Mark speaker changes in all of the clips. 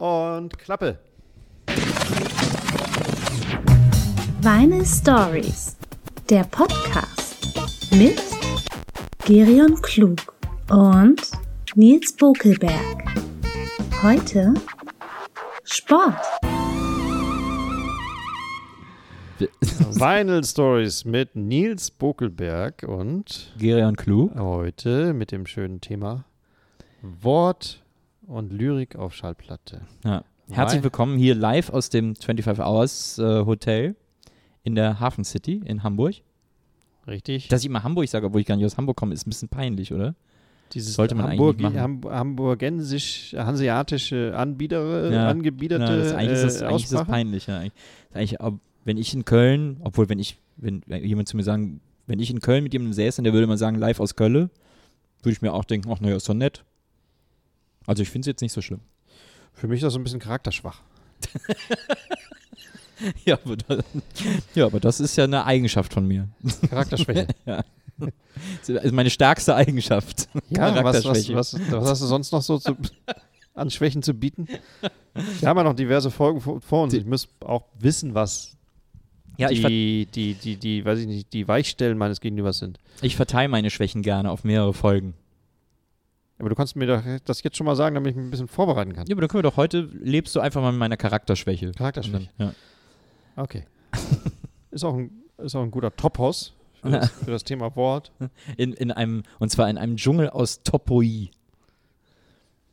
Speaker 1: Und Klappe.
Speaker 2: Vinyl Stories, der Podcast mit Gerion Klug und Nils Bokelberg. Heute Sport.
Speaker 1: Vinyl Stories mit Nils Bokelberg und
Speaker 3: Gerion Klug.
Speaker 1: heute mit dem schönen Thema Wort und Lyrik auf Schallplatte.
Speaker 3: Ja. Herzlich
Speaker 1: Hi.
Speaker 3: willkommen hier live aus dem 25 Hours äh, Hotel in der Hafen City in Hamburg.
Speaker 1: Richtig?
Speaker 3: Dass ich immer Hamburg sage, obwohl ich gar nicht aus Hamburg komme, ist ein bisschen peinlich, oder?
Speaker 1: Dieses
Speaker 3: sollte man
Speaker 1: Hamburg,
Speaker 3: eigentlich
Speaker 1: Ham, hamburgensisch, hanseatische Anbieter,
Speaker 3: Ja.
Speaker 1: angebiederte
Speaker 3: ja, das ist eigentlich, ist das,
Speaker 1: äh,
Speaker 3: eigentlich ist das
Speaker 1: Aussprache.
Speaker 3: peinlich. Ja. Eigentlich, ist eigentlich, ob, wenn ich in Köln, obwohl wenn ich, wenn jemand zu mir sagen, wenn ich in Köln mit jemandem säße und der würde mal sagen, live aus Köln, würde ich mir auch denken, ach naja, ist doch nett. Also ich finde es jetzt nicht so schlimm.
Speaker 1: Für mich ist das so ein bisschen charakterschwach.
Speaker 3: Ja aber, das, ja, aber das ist ja eine Eigenschaft von mir.
Speaker 1: Charakterschwäche.
Speaker 3: Das ist meine stärkste Eigenschaft.
Speaker 1: ja, was, was,
Speaker 3: Charakterschwäche.
Speaker 1: was, was hast du sonst noch so zu, an Schwächen zu bieten? Wir haben ja noch diverse Folgen vor, vor uns.
Speaker 3: Die-
Speaker 1: Ich muss auch wissen, was
Speaker 3: Ja, ich, ver
Speaker 1: die, die, die, die, weiß ich nicht, die Weichstellen meines Gegenübers sind.
Speaker 3: ich verteile meine Schwächen gerne auf mehrere Folgen.
Speaker 1: Aber du kannst mir doch das jetzt schon mal sagen, damit ich mich ein bisschen vorbereiten kann.
Speaker 3: Ja, aber dann können wir doch heute, lebst du einfach mal mit meiner Charakterschwäche.
Speaker 1: Charakterschwäche.
Speaker 3: Und Dann,
Speaker 1: Okay. ist, auch ein, ist auch ein guter Topos für das, für das Thema Wort.
Speaker 3: ja. in, in einem, und zwar in einem Dschungel aus Topoi.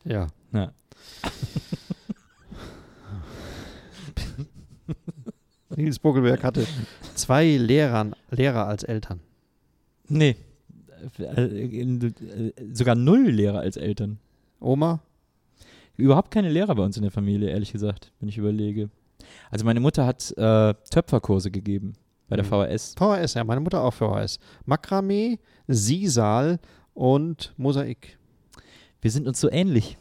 Speaker 1: Ja.
Speaker 3: Ja.
Speaker 1: Nils Buckelberg hatte zwei Lehrern, Lehrer als Eltern.
Speaker 3: Nee. Äh, äh, Sogar null Lehrer als Eltern.
Speaker 1: Oma?
Speaker 3: Überhaupt keine Lehrer bei uns in der Familie, ehrlich gesagt, wenn ich überlege. Also meine Mutter hat äh, Töpferkurse gegeben bei der
Speaker 1: Mhm.
Speaker 3: VHS.
Speaker 1: VHS, ja, meine Mutter auch VHS. Makramee, Sisal und Mosaik.
Speaker 3: Wir sind uns so ähnlich.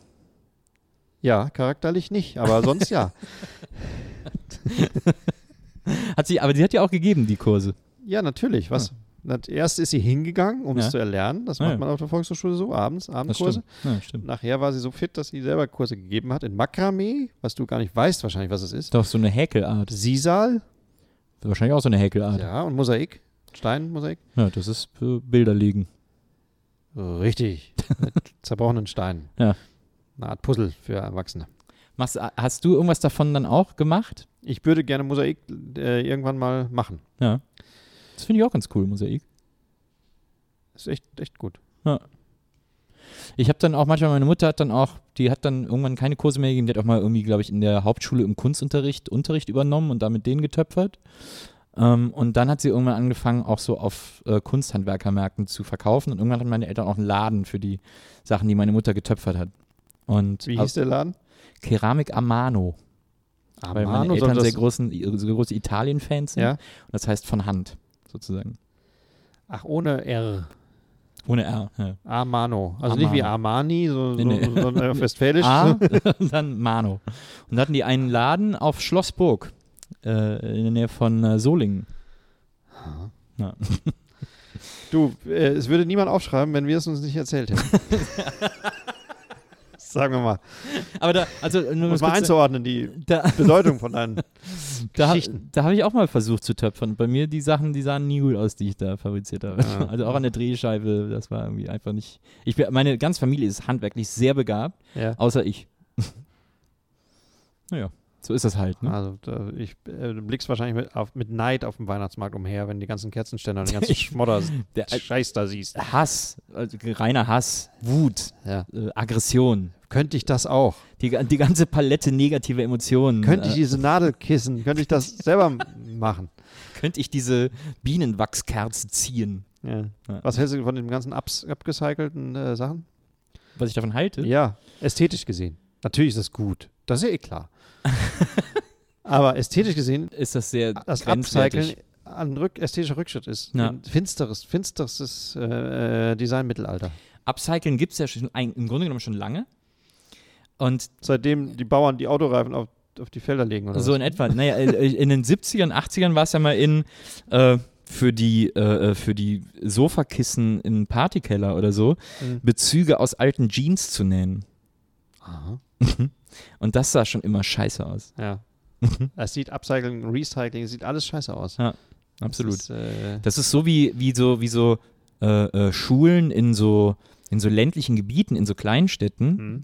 Speaker 1: Ja, charakterlich nicht, aber sonst ja.
Speaker 3: Hat sie, aber sie hat ja auch gegeben, die Kurse.
Speaker 1: Ja, natürlich. Was? Na, erst ist sie hingegangen, um es
Speaker 3: Ja.
Speaker 1: zu erlernen. Das
Speaker 3: Ja,
Speaker 1: macht
Speaker 3: ja.
Speaker 1: man auf der Volkshochschule so, abends,
Speaker 3: Das
Speaker 1: Abendkurse.
Speaker 3: stimmt. Ja, stimmt.
Speaker 1: Nachher war sie so fit, dass sie selber Kurse gegeben hat in Makramee, was du gar nicht weißt wahrscheinlich, was es ist.
Speaker 3: Doch, so eine Häkelart.
Speaker 1: Sisal,
Speaker 3: Wahrscheinlich auch so eine Häkelart. Ja,
Speaker 1: ja, und Mosaik, Steinmosaik.
Speaker 3: das ist äh, Bilder liegen.
Speaker 1: Richtig. Mit zerbrochenen Steinen.
Speaker 3: Ja.
Speaker 1: Eine Art Puzzle für Erwachsene.
Speaker 3: Machst, hast du irgendwas davon dann auch gemacht?
Speaker 1: Ich würde gerne Mosaik äh, irgendwann mal machen.
Speaker 3: Ja. Das finde ich auch ganz cool, Mosaik.
Speaker 1: Ist echt, echt gut.
Speaker 3: Ich habe dann auch manchmal, meine Mutter hat dann auch, die hat dann irgendwann keine Kurse mehr gegeben, die hat auch mal irgendwie, glaube ich, in der Hauptschule im Kunstunterricht Unterricht übernommen und damit denen getöpfert. Ähm, und dann hat sie irgendwann angefangen, auch so auf äh, Kunsthandwerkermärkten zu verkaufen. Und irgendwann hatten meine Eltern auch einen Laden für die Sachen, die meine Mutter getöpfert hat. Und
Speaker 1: Wie
Speaker 3: aus
Speaker 1: hieß der Laden?
Speaker 3: Keramik Amano, weil meine
Speaker 1: soll
Speaker 3: Eltern
Speaker 1: das-
Speaker 3: sehr, großen, sehr große Italien-Fans sind.
Speaker 1: ja?
Speaker 3: Und das heißt von Hand, sozusagen.
Speaker 1: Ach, ohne R.
Speaker 3: Ohne R. Ja.
Speaker 1: Armano. Also nicht wie Armani, so, so,
Speaker 3: Nee, Ah. nee.
Speaker 1: sondern auf Westfälisch.
Speaker 3: A und dann Mano. Und da hatten die einen Laden auf Schlossburg äh, in der Nähe von äh, Solingen.
Speaker 1: Du, äh, es würde niemand aufschreiben, wenn wir es uns nicht erzählt hätten. Sagen wir mal.
Speaker 3: Aber da, also nur
Speaker 1: Um
Speaker 3: mal
Speaker 1: es mal
Speaker 3: kurz-
Speaker 1: einzuordnen, die
Speaker 3: da,
Speaker 1: Bedeutung von deinen.
Speaker 3: da,
Speaker 1: Geschichten.
Speaker 3: da habe ich auch mal versucht zu töpfern. Bei mir die Sachen, die sahen nie gut aus, die ich da fabriziert habe.
Speaker 1: Ah.
Speaker 3: Also auch an der Drehscheibe, das war irgendwie einfach nicht. Ich bin, meine ganze Familie ist handwerklich sehr begabt,
Speaker 1: Ja.
Speaker 3: außer ich. naja, so ist das halt. Ne?
Speaker 1: Also, da, ich äh, du blickst wahrscheinlich mit, auf, mit Neid auf dem Weihnachtsmarkt umher, wenn die ganzen Kerzenständer und den ganzen
Speaker 3: Ich- Äh,
Speaker 1: Schmodder
Speaker 3: Der
Speaker 1: Scheiß da siehst.
Speaker 3: Hass, also reiner Hass, Wut,
Speaker 1: Ja.
Speaker 3: äh, Aggression,
Speaker 1: Könnte ich das auch?
Speaker 3: Die, ga- die ganze Palette negativer Emotionen.
Speaker 1: Könnte ich
Speaker 3: äh,
Speaker 1: diese Nadelkissen, könnte ich das selber m- machen?
Speaker 3: könnte ich diese Bienenwachskerze ziehen?
Speaker 1: Ja.
Speaker 3: Ja.
Speaker 1: Was hältst du von den ganzen abs- abgecycelten äh, Sachen?
Speaker 3: Was ich davon halte?
Speaker 1: Ja, ästhetisch gesehen. Natürlich ist das gut. Das ist ja eh klar. Aber ästhetisch gesehen,
Speaker 3: Ist das sehr
Speaker 1: Ah, das Upcyclen
Speaker 3: grenzwertig.
Speaker 1: ein rück, ästhetischer Rückschritt ist.
Speaker 3: Ja.
Speaker 1: Ein finsteres, finsteres äh, Design-Mittelalter.
Speaker 3: Upcyclen gibt es ja schon, ein, im Grunde genommen schon lange. Und
Speaker 1: Seitdem die Bauern die Autoreifen auf, auf die Felder legen oder
Speaker 3: so in etwa, naja, äh, in den 70ern, 80ern war es ja mal in, äh, für die, äh, äh, für die Sofakissen im Partykeller oder so,
Speaker 1: Mhm.
Speaker 3: Bezüge aus alten Jeans zu nähen.
Speaker 1: was? Aha.
Speaker 3: Und das sah schon immer scheiße aus.
Speaker 1: Ja. es sieht Upcycling, Recycling, es sieht alles scheiße aus.
Speaker 3: Ja, Absolut.
Speaker 1: Das ist, äh,
Speaker 3: Das ist so wie, wie so, wie so äh, äh, Schulen in so, in so ländlichen Gebieten, in so kleinen Städten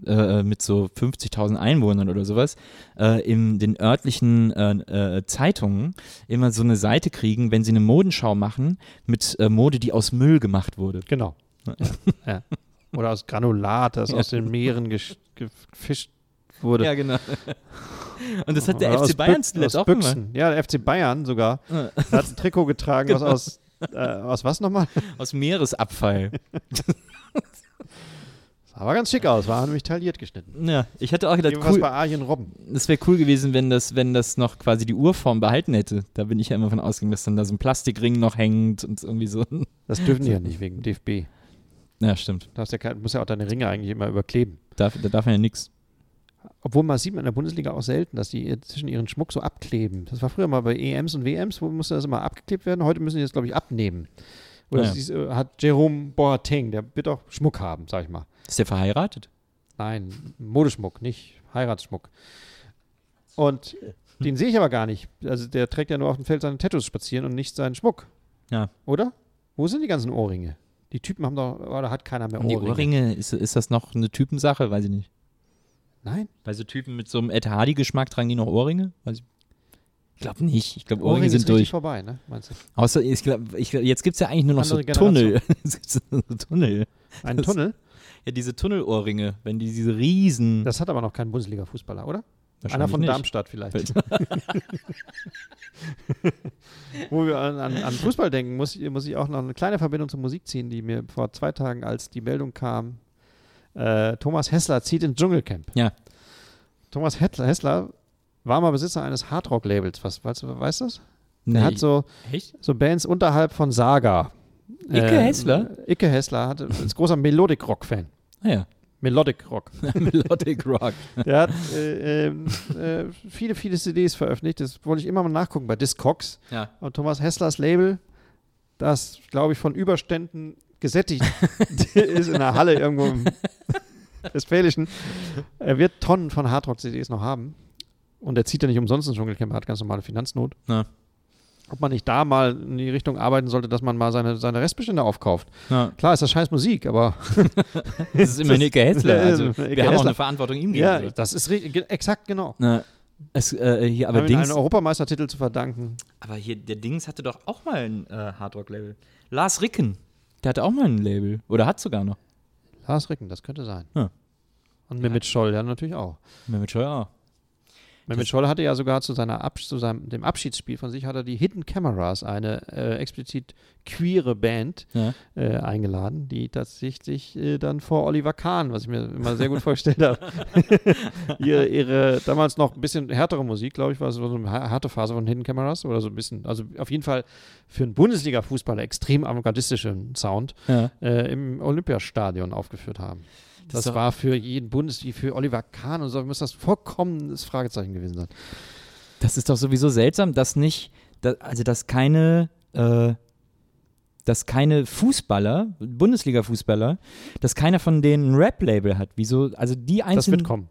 Speaker 1: Mhm.
Speaker 3: äh, äh, mit so 50.000 Einwohnern oder sowas, äh, in den örtlichen äh, äh, Zeitungen immer so eine Seite kriegen, wenn sie eine Modenschau machen, mit äh, Mode, die aus Müll gemacht wurde.
Speaker 1: genau. Ja. Oder aus Granulat, das
Speaker 3: Ja.
Speaker 1: aus den Meeren gesch- ge- gefischt wurde.
Speaker 3: genau. Und das hat der
Speaker 1: Oder aus
Speaker 3: FC Bayern
Speaker 1: Büchsen-
Speaker 3: zuletzt
Speaker 1: aus
Speaker 3: auch gemacht.
Speaker 1: Büchsen. Ja, der FC Bayern sogar.
Speaker 3: Ja.
Speaker 1: Er hat ein Trikot getragen,
Speaker 3: Genau.
Speaker 1: was aus, äh, aus was nochmal?
Speaker 3: Aus Meeresabfall.
Speaker 1: Sah aber ganz schick aus, war nämlich tailliert geschnitten.
Speaker 3: Ja, ich hatte auch gedacht,
Speaker 1: Jedenfalls
Speaker 3: cool,
Speaker 1: bei Arjen Robben.
Speaker 3: das wäre cool gewesen, wenn das, wenn das noch quasi die Urform behalten hätte. Da bin ich ja immer von ausgegangen, dass dann da so ein Plastikring noch hängt und irgendwie so.
Speaker 1: Das dürfen die ja nicht wegen DFB.
Speaker 3: Ja, stimmt.
Speaker 1: Du darfst ja, kein- musst ja auch deine Ringe eigentlich immer überkleben.
Speaker 3: Da, da darf man ja nichts.
Speaker 1: Obwohl man sieht man in der Bundesliga auch selten, dass die ihr- zwischen ihren Schmuck so abkleben. Das war früher mal bei EMs und WMs, wo musste das immer abgeklebt werden. Heute müssen die das, glaube ich, abnehmen. Oder
Speaker 3: Ja.
Speaker 1: es ist, äh, hat Jerome Boateng, der wird auch Schmuck haben, sag ich mal.
Speaker 3: Ist der verheiratet?
Speaker 1: Nein, Modeschmuck, nicht Heiratsschmuck. Und den sehe ich aber gar nicht. Also der trägt ja nur auf dem Feld seine Tattoos spazieren und nicht seinen Schmuck.
Speaker 3: Ja.
Speaker 1: Oder? Wo sind die ganzen Ohrringe? Die Typen haben doch, oder hat keiner mehr
Speaker 3: Und die
Speaker 1: Ohrringe?
Speaker 3: Ohrringe, ist, ist das noch eine Typensache? Weiß ich nicht.
Speaker 1: Nein,
Speaker 3: Bei so Typen mit so einem Ed Hardy-Geschmack tragen die noch Ohrringe? Weiß ich ich glaube nicht. Ich glaube, Ohrringe,
Speaker 1: Ohrringe ist
Speaker 3: sind
Speaker 1: richtig
Speaker 3: durch.
Speaker 1: vorbei, ne? Meinst du?
Speaker 3: Außer, ich glaub, ich, jetzt gibt es ja eigentlich nur noch so
Speaker 1: Andere
Speaker 3: Tunnel. Jetzt gibt's nur so Tunnel.
Speaker 1: Ein
Speaker 3: Das-
Speaker 1: Tunnel?
Speaker 3: Ja, diese Tunnelohrringe, wenn die diese riesen...
Speaker 1: Das hat aber noch kein Bundesliga-Fußballer, oder? Einer
Speaker 3: Wahrscheinlich
Speaker 1: von
Speaker 3: nicht.
Speaker 1: Darmstadt vielleicht. Wo wir an, an, an Fußball denken, muss, ich- muss ich auch noch eine kleine Verbindung zur Musik ziehen, die mir vor zwei Tagen, als die Meldung kam, äh, Thomas Hessler zieht ins Dschungelcamp.
Speaker 3: Ja.
Speaker 1: Thomas Hessler, Hessler war mal Besitzer eines Hardrock-Labels. Was, weißt du, weißt du das? Der
Speaker 3: Nee.
Speaker 1: hat so,
Speaker 3: Echt?
Speaker 1: so Bands unterhalb von Saga. Ähm,
Speaker 3: Icke Hessler?
Speaker 1: Icke Hessler hatte, ist großer Melodic-Rock-Fan.
Speaker 3: Ah ja,
Speaker 1: Melodic-Rock.
Speaker 3: Melodic Rock.
Speaker 1: Der hat äh, ähm, äh, viele, viele CDs veröffentlicht. Das wollte ich immer mal nachgucken bei Discogs.
Speaker 3: Ja.
Speaker 1: Und Thomas Hesslers Label, das, glaube ich, von Überständen gesättigt ist in der Halle irgendwo im Westfälischen. Er wird Tonnen von Hardrock-CDs noch haben. Und er zieht ja nicht umsonst ins Dschungelcamp, er hat ganz normale Finanznot.
Speaker 3: Ja.
Speaker 1: Ob man nicht da mal in die Richtung arbeiten sollte, dass man mal seine, seine Restbestände aufkauft.
Speaker 3: Ja.
Speaker 1: Klar ist das scheiß Musik, aber
Speaker 3: Das ist immer Nicke Hessler. Also,
Speaker 1: Nicke
Speaker 3: wir haben
Speaker 1: Hessler.
Speaker 3: auch eine Verantwortung ihm
Speaker 1: ja,
Speaker 3: gegenüber.
Speaker 1: das ist richtig, ge- exakt genau.
Speaker 3: Na, es, äh, hier, aber,
Speaker 1: Haben ihm
Speaker 3: Dings,
Speaker 1: einen Europameistertitel zu verdanken.
Speaker 3: aber hier, der Dings hatte doch auch mal ein äh, Hardrock-Label. Lars Ricken, der hatte auch mal ein Label. Oder hat sogar noch.
Speaker 1: Lars Ricken, das könnte sein.
Speaker 3: Ja.
Speaker 1: Und Mehmet Scholl, ja, natürlich auch.
Speaker 3: Mehmet Scheuer.
Speaker 1: Mehmet Scholl hatte ja sogar zu, seiner Abs zu seinem, dem Abschiedsspiel von sich, hat er die Hidden Cameras, eine äh, explizit queere Band,
Speaker 3: Ja.
Speaker 1: äh, eingeladen, die tatsächlich äh, dann vor Oliver Kahn, was ich mir immer sehr gut vorgestellt habe, ihre, ihre damals noch ein bisschen härtere Musik, glaube ich, war so eine har- harte Phase von Hidden Cameras oder so ein bisschen, also auf jeden Fall für einen Bundesliga-Fußballer extrem avantgardistischen Sound
Speaker 3: Ja.
Speaker 1: äh, im Olympiastadion aufgeführt haben. Das,
Speaker 3: ist doch-
Speaker 1: war für jeden Bundesliga, für Oliver Kahn und so, muss das vollkommenes Fragezeichen gewesen sein.
Speaker 3: Das ist doch sowieso seltsam, dass nicht, da- also dass keine, äh, dass keine Fußballer, Bundesliga-Fußballer, dass keiner von denen ein Rap-Label hat. Wieso? Also die
Speaker 1: Das wird
Speaker 3: einzelnen,
Speaker 1: kommen.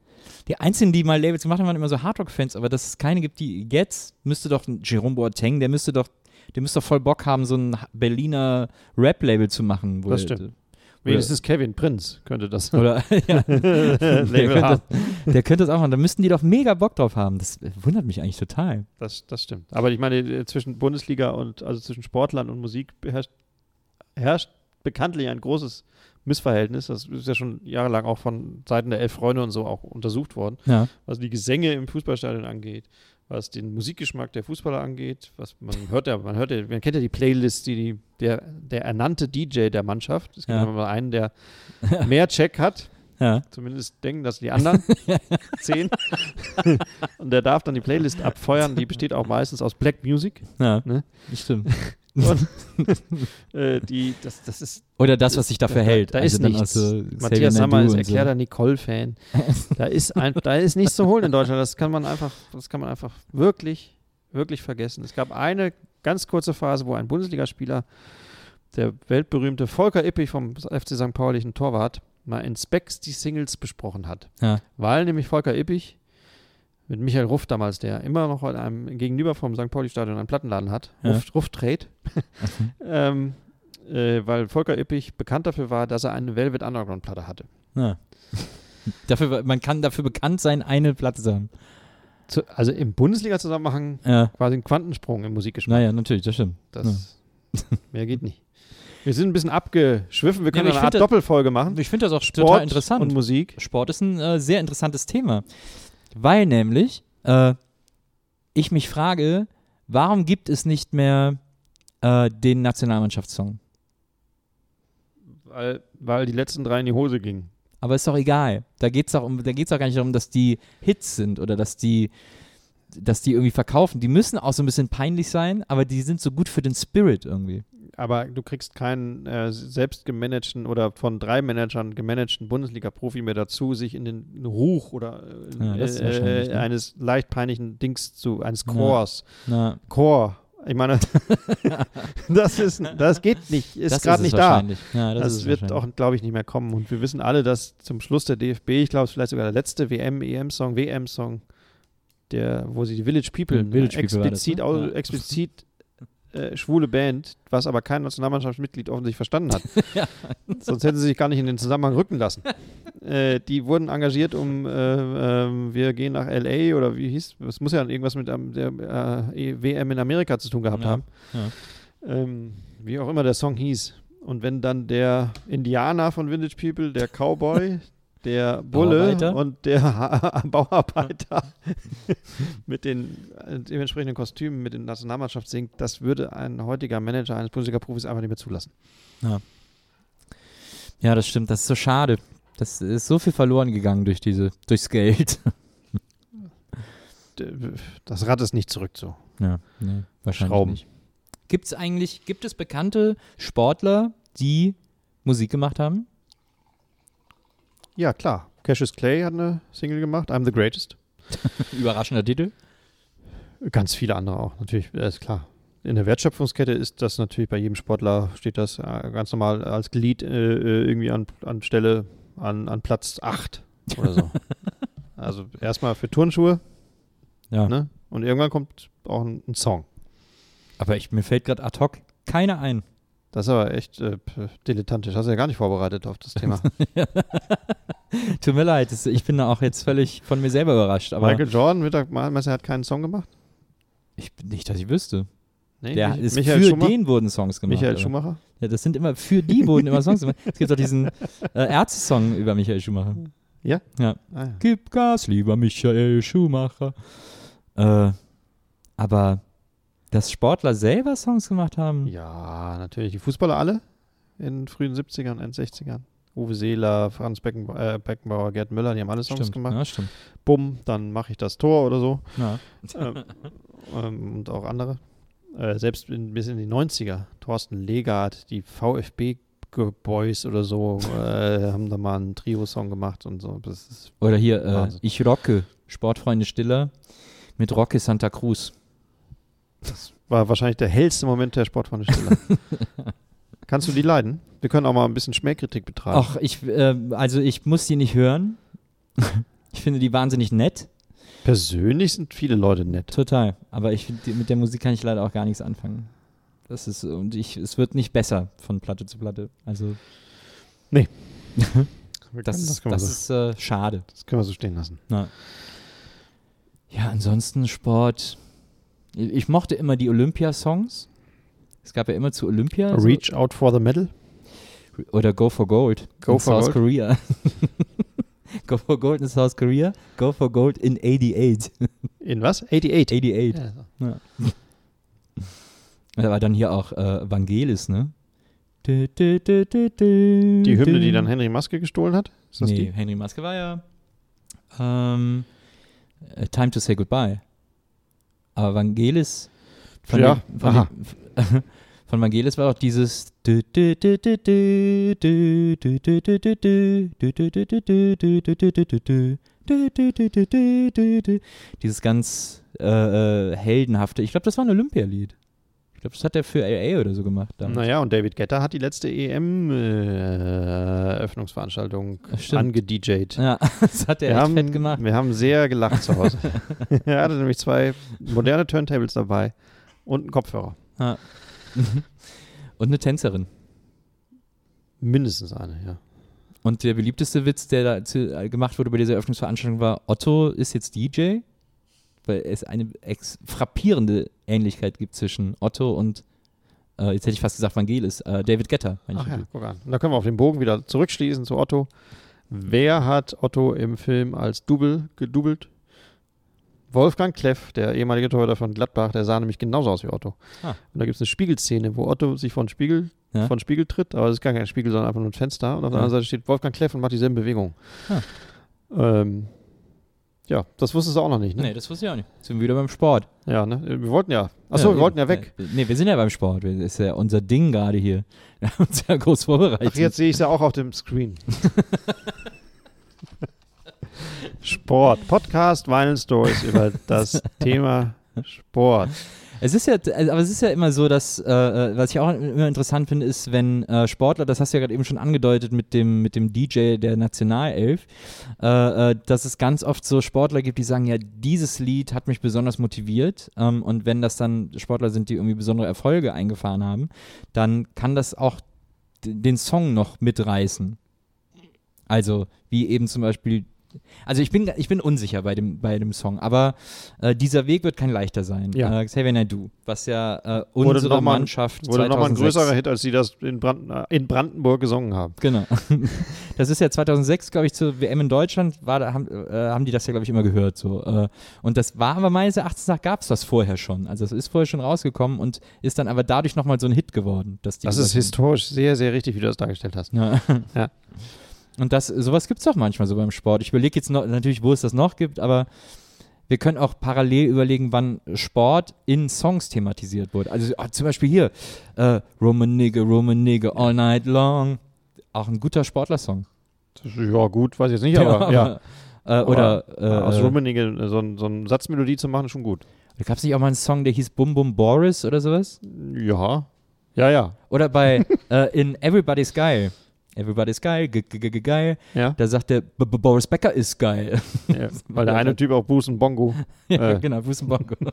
Speaker 3: die einzelnen, die mal Labels gemacht haben, waren immer so Hardrock-Fans, aber dass es keine gibt, die jetzt müsste doch ein Jerome Boateng, der müsste doch, der müsste doch voll Bock haben, so ein Berliner Rap-Label zu machen. Wo
Speaker 1: Das
Speaker 3: er-
Speaker 1: stimmt. Wenigstens Kevin Prinz könnte das
Speaker 3: Oder, ja, der,
Speaker 1: Label haben.
Speaker 3: könnte, der könnte das auch machen. Da müssten die doch mega Bock drauf haben. Das wundert mich eigentlich total.
Speaker 1: Das, das stimmt. Aber ich meine, äh, zwischen Bundesliga und, also zwischen Sportlern und Musik herrscht, herrscht bekanntlich ein großes Missverhältnis. Das ist ja schon jahrelang auch von Seiten der Elf Freunde und so auch untersucht worden.
Speaker 3: Ja.
Speaker 1: Was die Gesänge im Fußballstadion angeht, was den Musikgeschmack der Fußballer angeht, was man hört ja, man hört ja, man kennt ja die Playlist, die, die der, der ernannte DJ der Mannschaft. Es gibt
Speaker 3: Ja.
Speaker 1: immer mal einen, der mehr Check hat
Speaker 3: ja.
Speaker 1: Zumindest denken das die anderen. Zehn. und der darf dann die Playlist abfeuern. Die besteht auch meistens aus Black Music.
Speaker 3: Ja,
Speaker 1: Ne?
Speaker 3: das stimmt.
Speaker 1: Und äh, die, das, das ist,
Speaker 3: Oder das, was sich dafür
Speaker 1: da,
Speaker 3: hält.
Speaker 1: da ist
Speaker 3: dann
Speaker 1: nichts.
Speaker 3: auch so Xavier
Speaker 1: Matthias Sammer
Speaker 3: Naidoo
Speaker 1: ist
Speaker 3: und
Speaker 1: erklärter Nicole-Fan. Da ist, ein, da ist nichts zu holen in Deutschland. Das kann man einfach, das kann man einfach wirklich, wirklich vergessen. Es gab eine ganz kurze Phase, wo ein Bundesligaspieler, der weltberühmte Volker Ippich vom FC St. Pauli, ein Torwart, mal in Specs die Singles besprochen hat.
Speaker 3: Ja.
Speaker 1: Weil nämlich Volker Ippich mit Michael Ruff damals, der immer noch in einem, gegenüber vom St. Pauli-Stadion einen Plattenladen hat,
Speaker 3: Ja.
Speaker 1: Ruff, Ruff Trade, ähm, äh, weil Volker Ippich bekannt dafür war, dass er eine Velvet Underground-Platte hatte.
Speaker 3: Ja. Dafür, war- man kann dafür bekannt sein, eine Platte zu haben.
Speaker 1: Zu, also im Bundesliga-Zusammenhang
Speaker 3: Ja.
Speaker 1: quasi ein Quantensprung im Musikgeschmack.
Speaker 3: Naja, natürlich, das stimmt.
Speaker 1: Das, Mehr geht nicht. Wir sind ein bisschen abgeschwiffen. Wir können
Speaker 3: aber ich
Speaker 1: eine Art
Speaker 3: finde-
Speaker 1: Doppelfolge machen.
Speaker 3: Ich finde das auch
Speaker 1: Hm? Sport
Speaker 3: total interessant.
Speaker 1: Und Musik.
Speaker 3: Sport ist ein äh, sehr interessantes Thema, weil nämlich äh, ich mich frage, warum gibt es nicht mehr äh, den Nationalmannschaftssong?
Speaker 1: Weil, weil die letzten drei in die Hose gingen.
Speaker 3: Aber ist doch egal. Da geht es doch, um, da geht's doch gar nicht darum, dass die Hits sind oder dass die, dass die irgendwie verkaufen. Die müssen auch so ein bisschen peinlich sein, aber die sind so gut für den Spirit irgendwie.
Speaker 1: Aber du kriegst keinen äh, selbst gemanagten oder von drei Managern gemanagten Bundesliga-Profi mehr dazu, sich in den Ruch oder äh,
Speaker 3: Ja, das ist
Speaker 1: äh,
Speaker 3: wahrscheinlich, ne?
Speaker 1: eines leicht peinlichen Dings zu, eines
Speaker 3: Ja.
Speaker 1: Chors.
Speaker 3: Na,
Speaker 1: Chor. Ich meine, das, ist, das geht nicht.
Speaker 3: das
Speaker 1: Ist gerade
Speaker 3: es
Speaker 1: nicht da.
Speaker 3: wahrscheinlich. Ja, das
Speaker 1: Das,
Speaker 3: ist es
Speaker 1: wird
Speaker 3: wahrscheinlich.
Speaker 1: auch, glaube ich, nicht mehr kommen. Und wir wissen alle, dass zum Schluss der DFB, ich glaube, es ist vielleicht sogar der letzte E WM, EM-Song, WM-Song, der, wo sie die Village People,
Speaker 3: Ja, Hm, Village People war das,
Speaker 1: explizit,
Speaker 3: ne?
Speaker 1: au-
Speaker 3: Ja.
Speaker 1: explizit äh, schwule Band, was aber kein Nationalmannschaftsmitglied offensichtlich verstanden hat. Sonst hätten sie sich gar nicht in den Zusammenhang rücken lassen. äh, die wurden engagiert, um äh, ähm, wir gehen nach LA oder wie hieß, es muss ja irgendwas mit ähm, der äh, WM in Amerika zu tun gehabt
Speaker 3: Ja.
Speaker 1: haben ähm, wie auch immer der Song hieß. Und wenn dann der Indianer von Village People, der Cowboy, der Bulle
Speaker 3: Bauarbeiter.
Speaker 1: und der Ha- Bauarbeiter mit den äh, dementsprechenden Kostümen mit der Nationalmannschaft singt, das würde ein heutiger Manager eines Bundesliga-Profis einfach nicht mehr zulassen.
Speaker 3: Ja, das stimmt. Das ist so schade. Das ist so viel verloren gegangen durch diese, durchs Geld.
Speaker 1: D- Das Rad ist nicht zurück so.
Speaker 3: Ja, nee, wahrscheinlich
Speaker 1: Schrauben.
Speaker 3: nicht. Gibt es eigentlich, gibt es bekannte Sportler, die Musik gemacht haben?
Speaker 1: Ja, klar. Cassius Clay hat eine Single gemacht, I'm the Greatest.
Speaker 3: Überraschender Titel.
Speaker 1: Ganz viele andere auch, natürlich, ja, ist klar. In der Wertschöpfungskette ist das natürlich bei jedem Sportler, steht das äh, ganz normal als Glied äh, äh, irgendwie an, an Stelle, an, an Platz 8 oder so. also erstmal für Turnschuhe
Speaker 3: Ja.
Speaker 1: ne? und irgendwann kommt auch ein, ein Song.
Speaker 3: Aber ich, mir fällt gerade ad hoc keiner ein.
Speaker 1: Das ist aber echt äh, p- dilettantisch, hast du ja gar nicht vorbereitet auf das Thema.
Speaker 3: Tut mir leid, das, ich bin da auch jetzt völlig von mir selber überrascht. Aber
Speaker 1: Michael Jordan, Mittagsmesser hat keinen Song gemacht?
Speaker 3: ich, nicht, dass ich wüsste.
Speaker 1: Nee,
Speaker 3: Der
Speaker 1: Mich-
Speaker 3: ist
Speaker 1: Michael
Speaker 3: für
Speaker 1: Schumacher.
Speaker 3: den wurden Songs gemacht.
Speaker 1: Michael
Speaker 3: aber-
Speaker 1: Schumacher?
Speaker 3: Ja, das sind immer, für die wurden immer Songs gemacht. Es gibt auch diesen äh, Ärzte-Song über Michael Schumacher.
Speaker 1: Ah, ja.
Speaker 3: Gib Gas, lieber Michael Schumacher. Äh, aber dass Sportler selber Songs gemacht haben,
Speaker 1: Ja, natürlich. Die Fußballer alle in den frühen 70ern, End 60ern. Uwe Seeler, Franz Becken, äh, Beckenbauer, Gerd Müller, die haben alle Songs
Speaker 3: stimmt.
Speaker 1: gemacht.
Speaker 3: Ja, stimmt.
Speaker 1: Bumm, dann mache ich das Tor oder so.
Speaker 3: Ja.
Speaker 1: ähm, ähm, und auch andere. Äh, selbst in, bis in die 90er. Thorsten Legard, die VfB Ge- Boys oder so, äh, haben da mal einen Trio-Song gemacht und so. Das ist,
Speaker 3: Oder hier, äh,
Speaker 1: Wahnsinn.
Speaker 3: ich rocke, Sportfreunde Stiller mit Rocke Santa Cruz.
Speaker 1: das war wahrscheinlich der hellste Moment der Sportfreunde Stiller. Kannst du die leiden? Wir können auch mal ein bisschen Schmähkritik betreiben.
Speaker 3: Ach, ich, äh, also ich muss die nicht hören. ich finde die wahnsinnig nett,
Speaker 1: Persönlich sind viele Leute nett.
Speaker 3: total. Aber ich find, die, mit der Musik kann ich leider auch gar nichts anfangen. Das ist, und ich, es wird nicht besser von Platte zu Platte. Also,
Speaker 1: Wir
Speaker 3: das,
Speaker 1: können-
Speaker 3: ist,
Speaker 1: können wir
Speaker 3: das
Speaker 1: so-
Speaker 3: ist äh, schade.
Speaker 1: das können wir so stehen lassen.
Speaker 3: Ja, ansonsten Sport. Ich ich mochte immer die Olympia-Songs. Es gab ja immer zu Olympia so-
Speaker 1: Reach out for the medal.
Speaker 3: oder Go for Gold
Speaker 1: Go
Speaker 3: in
Speaker 1: for
Speaker 3: South
Speaker 1: Gold.
Speaker 3: Korea. Go for Gold in South Korea, Go for Gold in 88.
Speaker 1: In was? 88.
Speaker 3: 88.
Speaker 1: Ja, so.
Speaker 3: Da war dann hier auch äh, Vangelis, ne? Die Hymne,
Speaker 1: Die Hymne, die dann Henry Maske gestohlen hat? Ist das
Speaker 3: nee, Henry Maske war ja ähm, äh, Time to Say Goodbye. Aber Vangelis von,
Speaker 1: Ja,
Speaker 3: dem, von, dem, von Vangelis war auch dieses dü- dü- dü- dü- dü- dü- dü- dü- dü- dü- dü- dü- dü- dü- dü- dü- dü- dü- dü- dü- dü- dü- dü- dü- dü- dü- dü- dü- dü- dieses ganz äh, äh, heldenhafte. Ich glaube, das war ein Olympialied. Ich glaube, das hat er für LA oder so gemacht. damals.
Speaker 1: Naja, und David Getter hat die letzte E äh, EM-Eröffnungsveranstaltung
Speaker 3: Das
Speaker 1: äh,
Speaker 3: stimmt.
Speaker 1: angedjt.
Speaker 3: Ja, das hat er
Speaker 1: Wir
Speaker 3: echt
Speaker 1: haben,
Speaker 3: fett gemacht.
Speaker 1: wir haben sehr gelacht zu Hause. er hatte nämlich zwei moderne Turntables dabei und einen Kopfhörer.
Speaker 3: Und eine Tänzerin.
Speaker 1: Mindestens eine, ja.
Speaker 3: Und der beliebteste Witz, der da zu, äh, gemacht wurde bei dieser Eröffnungsveranstaltung, war: Otto ist jetzt DJ, weil es eine ex frappierende Ähnlichkeit gibt zwischen Otto und, äh, jetzt hätte ich fast gesagt, Vangelis, äh, David Getter. meine ich
Speaker 1: Ach ja,
Speaker 3: natürlich.
Speaker 1: guck an. Und da können wir auf den Bogen wieder zurückschließen zu Otto.
Speaker 3: Hm.
Speaker 1: Wer hat Otto im Film als Double gedoubelt? Wolfgang Kleff, der ehemalige Torhüter von Gladbach, der sah nämlich genauso aus wie Otto.
Speaker 3: Ah.
Speaker 1: Und da gibt es eine Spiegelszene, wo Otto sich vor den Spiegel,
Speaker 3: Ja.
Speaker 1: vor den Spiegel tritt, aber es ist gar kein Spiegel, sondern einfach nur ein Fenster. Und auf der
Speaker 3: Ja.
Speaker 1: anderen Seite steht Wolfgang Kleff und macht dieselben Bewegungen.
Speaker 3: Ah.
Speaker 1: Ähm, ja, das wusstest du auch noch nicht, ne?
Speaker 3: Nee, das wusste ich auch nicht. Jetzt sind wir wieder beim Sport.
Speaker 1: Ja, ne? Wir wollten ja. Achso, wir
Speaker 3: eben.
Speaker 1: wollten ja weg.
Speaker 3: Nee, Nee, wir sind ja beim Sport. Wir- Das ist ja unser Ding gerade hier. Wir haben uns ja groß vorbereitet.
Speaker 1: Ach, jetzt sehe ich es ja auch auf dem Screen. Sport. Podcast Vinyl Stories über das Thema Sport.
Speaker 3: Es ist ja, also, aber es ist ja immer so, dass, äh, äh, was ich auch immer interessant finde, ist, wenn äh, Sportler, das hast du ja gerade eben schon angedeutet mit dem, mit dem DJ der Nationalelf, äh, äh, dass es ganz oft so Sportler gibt, die sagen, ja, dieses Lied hat mich besonders motiviert. Ähm, und wenn das dann Sportler sind, die irgendwie besondere Erfolge eingefahren haben, dann kann das auch d- den Song noch mitreißen. Also, wie eben zum Beispiel. Also ich bin, ich bin unsicher bei dem, bei dem Song, aber äh, dieser Weg wird kein leichter sein.
Speaker 1: Ja.
Speaker 3: Äh, Xavier Naidoo, was ja äh,
Speaker 1: Wurde
Speaker 3: unsere
Speaker 1: noch mal-
Speaker 3: Mannschaft
Speaker 1: Wurde nochmal ein
Speaker 3: 2006
Speaker 1: größerer Hit, als sie das in, Brand, äh, in Brandenburg gesungen haben.
Speaker 3: Genau. Das ist ja 2006, glaube ich, zur WM in Deutschland, war, da, haben, äh, haben die das ja, glaube ich, immer gehört. So. Äh, und das war aber meines Erachtens nach, gab es das vorher schon. Also es ist vorher schon rausgekommen und ist dann aber dadurch nochmal so ein Hit geworden. Dass die
Speaker 1: Das
Speaker 3: gesagt
Speaker 1: ist
Speaker 3: haben-
Speaker 1: historisch sehr, sehr richtig, wie du das dargestellt hast.
Speaker 3: Ja.
Speaker 1: Ja.
Speaker 3: Und das, sowas gibt es auch manchmal so beim Sport. Ich überlege jetzt noch, natürlich, wo es das noch gibt, aber wir können auch parallel überlegen, wann Sport in Songs thematisiert wurde. Also ah, zum Beispiel hier, äh, Roman Nigga, Roman Nigga, all night long. Auch ein guter Sportlersong.
Speaker 1: Das ist, ja, gut, weiß ich jetzt nicht, aber ja.
Speaker 3: Äh, oder äh,
Speaker 1: Aus
Speaker 3: äh,
Speaker 1: Rummenigge äh, so, ein- so eine Satzmelodie zu machen, ist schon gut.
Speaker 3: gab es nicht auch mal einen Song, der hieß Bum Bum Boris oder sowas?
Speaker 1: Ja. Ja, ja.
Speaker 3: Oder bei äh, in Everybody's Geil. Everybody's Geil, ge- ge- ge- ge- geil.
Speaker 1: ja.
Speaker 3: Da sagt der B -B Boris Becker ist geil.
Speaker 1: ja. Weil der eine Typ auch Bruce und Bongo
Speaker 3: ja,
Speaker 1: Äh.
Speaker 3: genau, Bruce Bongo.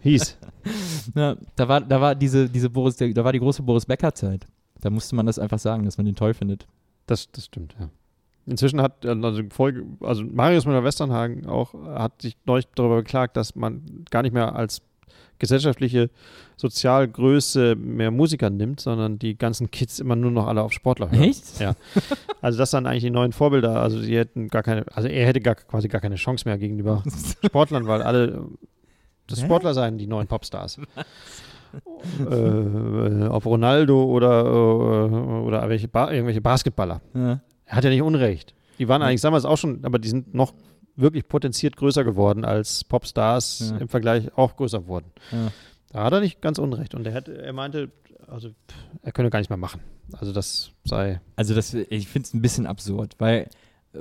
Speaker 1: hieß.
Speaker 3: Ja, da war, da war diese, diese Boris, der, da war die große Boris Becker-Zeit. Da musste man das einfach sagen, dass man den toll findet.
Speaker 1: Das, das stimmt, ja. Inzwischen hat äh, also, Folge, also Marius Müller-Westernhagen auch äh, hat sich neulich darüber beklagt, dass man gar nicht mehr als gesellschaftliche Sozialgröße mehr Musiker nimmt, sondern die ganzen Kids immer nur noch alle auf Sportler hören.
Speaker 3: Echt?
Speaker 1: Ja. Also das sind eigentlich die neuen Vorbilder. Also sie hätten gar keine, also er hätte gar, quasi gar keine Chance mehr gegenüber Sportlern, weil alle das
Speaker 3: Hä?
Speaker 1: Sportler seien die neuen Popstars. äh, ob Ronaldo oder, äh, oder welche ba irgendwelche Basketballer.
Speaker 3: Ja.
Speaker 1: Er hat ja nicht Unrecht. Die waren
Speaker 3: Ja.
Speaker 1: eigentlich damals auch schon, aber die sind noch wirklich potenziert größer geworden, als Popstars
Speaker 3: Ja.
Speaker 1: im Vergleich auch größer wurden.
Speaker 3: Ja.
Speaker 1: Da hat er nicht ganz Unrecht. Und er, hätte, er meinte, also pff, er könne gar nicht mehr machen. Also das sei.
Speaker 3: Also das, ich finde es ein bisschen absurd, weil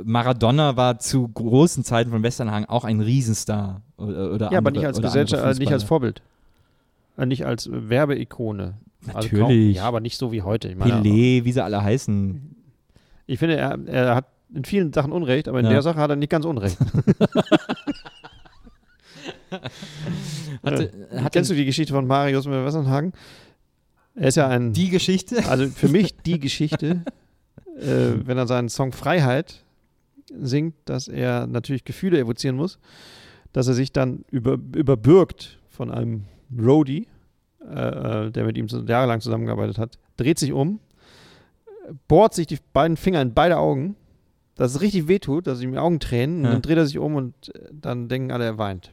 Speaker 3: Maradona war zu großen Zeiten von Westernhagen auch ein Riesenstar. Oder, oder
Speaker 1: ja, aber
Speaker 3: andere-
Speaker 1: nicht als
Speaker 3: oder
Speaker 1: Gesellschaft,
Speaker 3: andere
Speaker 1: äh, nicht als
Speaker 3: Fußballer.
Speaker 1: Vorbild. Äh, Nicht als Werbeikone. Also kaum-
Speaker 3: Natürlich.
Speaker 1: ja, aber nicht so wie heute. Ich, meine,
Speaker 3: Pelé, wie sie alle
Speaker 1: Mhm.
Speaker 3: heißen.
Speaker 1: ich finde, er, er hat in vielen Sachen Unrecht, aber in
Speaker 3: Ja.
Speaker 1: der Sache hat er nicht ganz Unrecht.
Speaker 3: Hatte, hatte
Speaker 1: Kennst du die Geschichte von Marius mit Westernhagen? Er ist ja ein
Speaker 3: die Geschichte?
Speaker 1: Also für mich die Geschichte, äh, wenn er seinen Song Freiheit singt, dass er natürlich Gefühle evozieren muss, dass er sich dann über, überbürgt von einem Roadie, äh, äh, der mit ihm so jahrelang zusammengearbeitet hat, dreht sich um, äh, bohrt sich die beiden Finger in beide Augen, dass es richtig wehtut, dass ihm die Augen tränen, und
Speaker 3: Ja.
Speaker 1: dann dreht er sich um und äh, dann denken alle, er weint.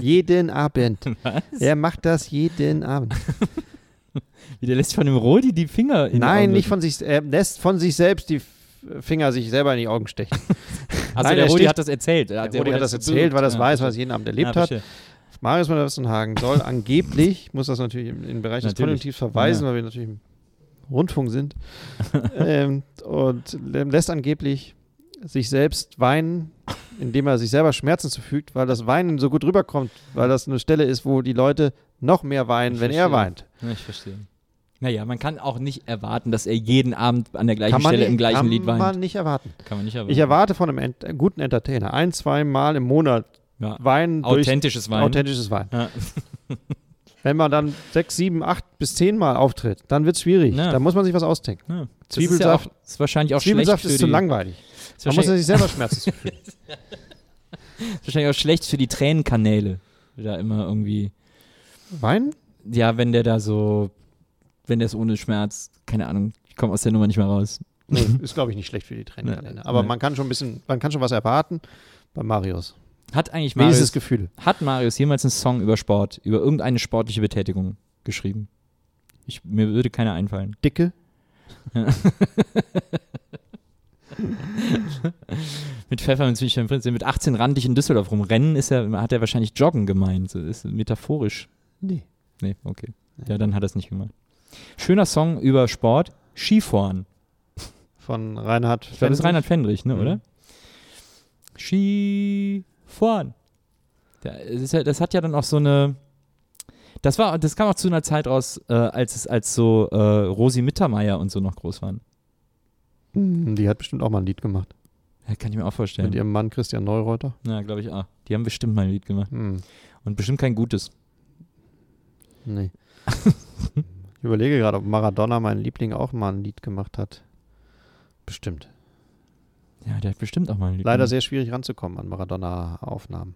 Speaker 1: jeden Abend. Er macht das jeden Abend.
Speaker 3: Wie der lässt von dem Rodi die Finger in die
Speaker 1: Nein,
Speaker 3: Augen
Speaker 1: nicht
Speaker 3: drücken.
Speaker 1: von sich, er lässt von sich selbst die F- Finger sich selber in die Augen stechen.
Speaker 3: Also
Speaker 1: Nein,
Speaker 3: der
Speaker 1: er
Speaker 3: Rodi
Speaker 1: steht-
Speaker 3: hat das erzählt. Der,
Speaker 1: Der Rudi hat das erzählt, weil das
Speaker 3: also
Speaker 1: weiß, was jeden Abend erlebt hat. Marius von Westenhagen soll angeblich, muss das natürlich im, im Bereich des
Speaker 3: Natürlich.
Speaker 1: Konjunktivs verweisen,
Speaker 3: Ja.
Speaker 1: weil wir natürlich im Rundfunk sind, ähm, und lä- lässt angeblich sich selbst weinen indem er sich selber Schmerzen zufügt, weil das Weinen so gut rüberkommt, weil das eine Stelle ist, wo die Leute noch mehr weinen,
Speaker 3: Ich
Speaker 1: wenn er
Speaker 3: verstehe.
Speaker 1: weint.
Speaker 3: Ja, ich verstehe. Naja, man kann auch nicht erwarten, dass er jeden Abend an der gleichen
Speaker 1: Kann man,
Speaker 3: Stelle im
Speaker 1: nicht-
Speaker 3: gleichen
Speaker 1: kann
Speaker 3: Lied weint.
Speaker 1: man nicht erwarten.
Speaker 3: kann man nicht erwarten.
Speaker 1: Ich erwarte von einem ent guten Entertainer ein, zweimal im Monat
Speaker 3: ja.
Speaker 1: Weinen durch
Speaker 3: Authentisches Weinen.
Speaker 1: authentisches Weinen.
Speaker 3: Ja.
Speaker 1: Wenn man dann sechs, sieben, acht bis zehnmal auftritt, dann wird es schwierig.
Speaker 3: Ja.
Speaker 1: Da muss man sich was ausdenken.
Speaker 3: Ja.
Speaker 1: Zwiebelsaft-
Speaker 3: Das ist, ja auch, ist wahrscheinlich auch
Speaker 1: Zwiebelsaft
Speaker 3: schlecht
Speaker 1: ist
Speaker 3: für
Speaker 1: zu
Speaker 3: die,
Speaker 1: langweilig.
Speaker 3: Ist
Speaker 1: Man muss ja sich
Speaker 3: wahrscheinlich,
Speaker 1: selber Schmerzen zufügen.
Speaker 3: ist wahrscheinlich auch schlecht für die Tränenkanäle. Da immer irgendwie.
Speaker 1: Weinen?
Speaker 3: Ja, wenn der da so, wenn der es ohne Schmerz, keine Ahnung, ich komme aus der Nummer nicht mehr raus.
Speaker 1: Nee, ist, glaube ich, nicht schlecht für die Tränenkanäle.
Speaker 3: Nee.
Speaker 1: Aber
Speaker 3: Nee.
Speaker 1: man kann schon ein bisschen, man kann schon was erwarten bei Marius.
Speaker 3: Hat eigentlich
Speaker 1: Wenigstens
Speaker 3: Marius,
Speaker 1: Gefühle.
Speaker 3: hat Marius jemals einen Song über Sport, über irgendeine sportliche Betätigung geschrieben? Ich, mir würde keiner einfallen.
Speaker 1: Dicke.
Speaker 3: Mit Pfeffer und Zwiebeln Prinz, mit 18 randig in Düsseldorf rumrennen, ist er, hat er wahrscheinlich Joggen gemeint. So Ist metaphorisch.
Speaker 1: Nee.
Speaker 3: Nee, okay. Ja, dann hat er es nicht gemeint. Schöner Song über Sport, Skifahren.
Speaker 1: Von Reinhard
Speaker 3: Ich glaube, das ist
Speaker 1: Fendrich.
Speaker 3: Reinhard Fendrich, ne,
Speaker 1: Mhm.
Speaker 3: oder? Skifahren. Ja, es ist ja, das hat ja dann auch so eine. Das war, das kam auch zu einer Zeit raus, äh, als es als so äh, Rosi Mittermeier und so noch groß waren.
Speaker 1: Hm, Die hat bestimmt auch mal ein Lied gemacht.
Speaker 3: Ja, kann ich mir auch
Speaker 1: Mit
Speaker 3: vorstellen.
Speaker 1: ihrem Mann Christian Neureuter.
Speaker 3: Ja, glaube ich auch. Die haben bestimmt mal ein Lied gemacht.
Speaker 1: Hm,
Speaker 3: Und bestimmt kein gutes.
Speaker 1: nee. ich überlege gerade, ob Maradona, mein Liebling, auch mal ein Lied gemacht hat. Bestimmt.
Speaker 3: Ja, der hat bestimmt auch mal ein Lied
Speaker 1: Leider
Speaker 3: gemacht.
Speaker 1: sehr schwierig ranzukommen an Maradona-Aufnahmen.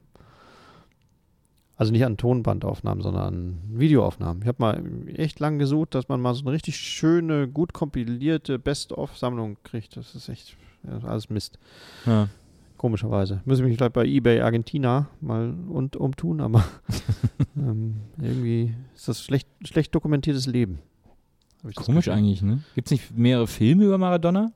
Speaker 1: Also nicht an Tonbandaufnahmen, sondern an Videoaufnahmen. Ich habe mal echt lang gesucht, dass man mal so eine richtig schöne, gut kompilierte Best-of-Sammlung kriegt. Das ist echt das ist alles Mist.
Speaker 3: Ja.
Speaker 1: Komischerweise. Muss ich mich vielleicht bei eBay Argentina mal und umtun, aber ähm, irgendwie ist das schlecht, schlecht dokumentiertes Leben. Hab ich das
Speaker 3: Komisch
Speaker 1: Gefühl.
Speaker 3: eigentlich, ne? Gibt es nicht mehrere Filme über Maradona?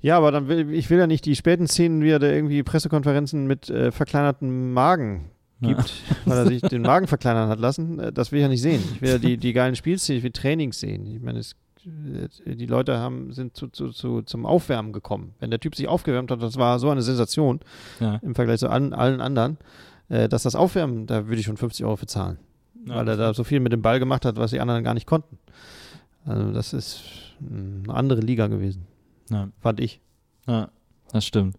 Speaker 1: Ja, aber dann will ich will ja nicht die späten Szenen, wie er da irgendwie Pressekonferenzen mit äh, verkleinertem Magen gibt, weil er sich den Magen verkleinern hat lassen. Äh, Das will ich ja nicht sehen. Ich will ja die, die geilen Spielszenen, ich will Trainings sehen. Ich meine, es, äh, die Leute haben, sind zu, zu, zu, zum Aufwärmen gekommen. Wenn der Typ sich aufgewärmt hat, das war so eine Sensation
Speaker 3: Ja.
Speaker 1: im Vergleich zu allen, allen anderen, äh, dass das Aufwärmen, da würde ich schon 50 Euro für zahlen weil er da so viel mit dem Ball gemacht hat, was die anderen gar nicht konnten. Also das ist mh, eine andere Liga gewesen,
Speaker 3: Ja.
Speaker 1: fand ich.
Speaker 3: Ja, das stimmt.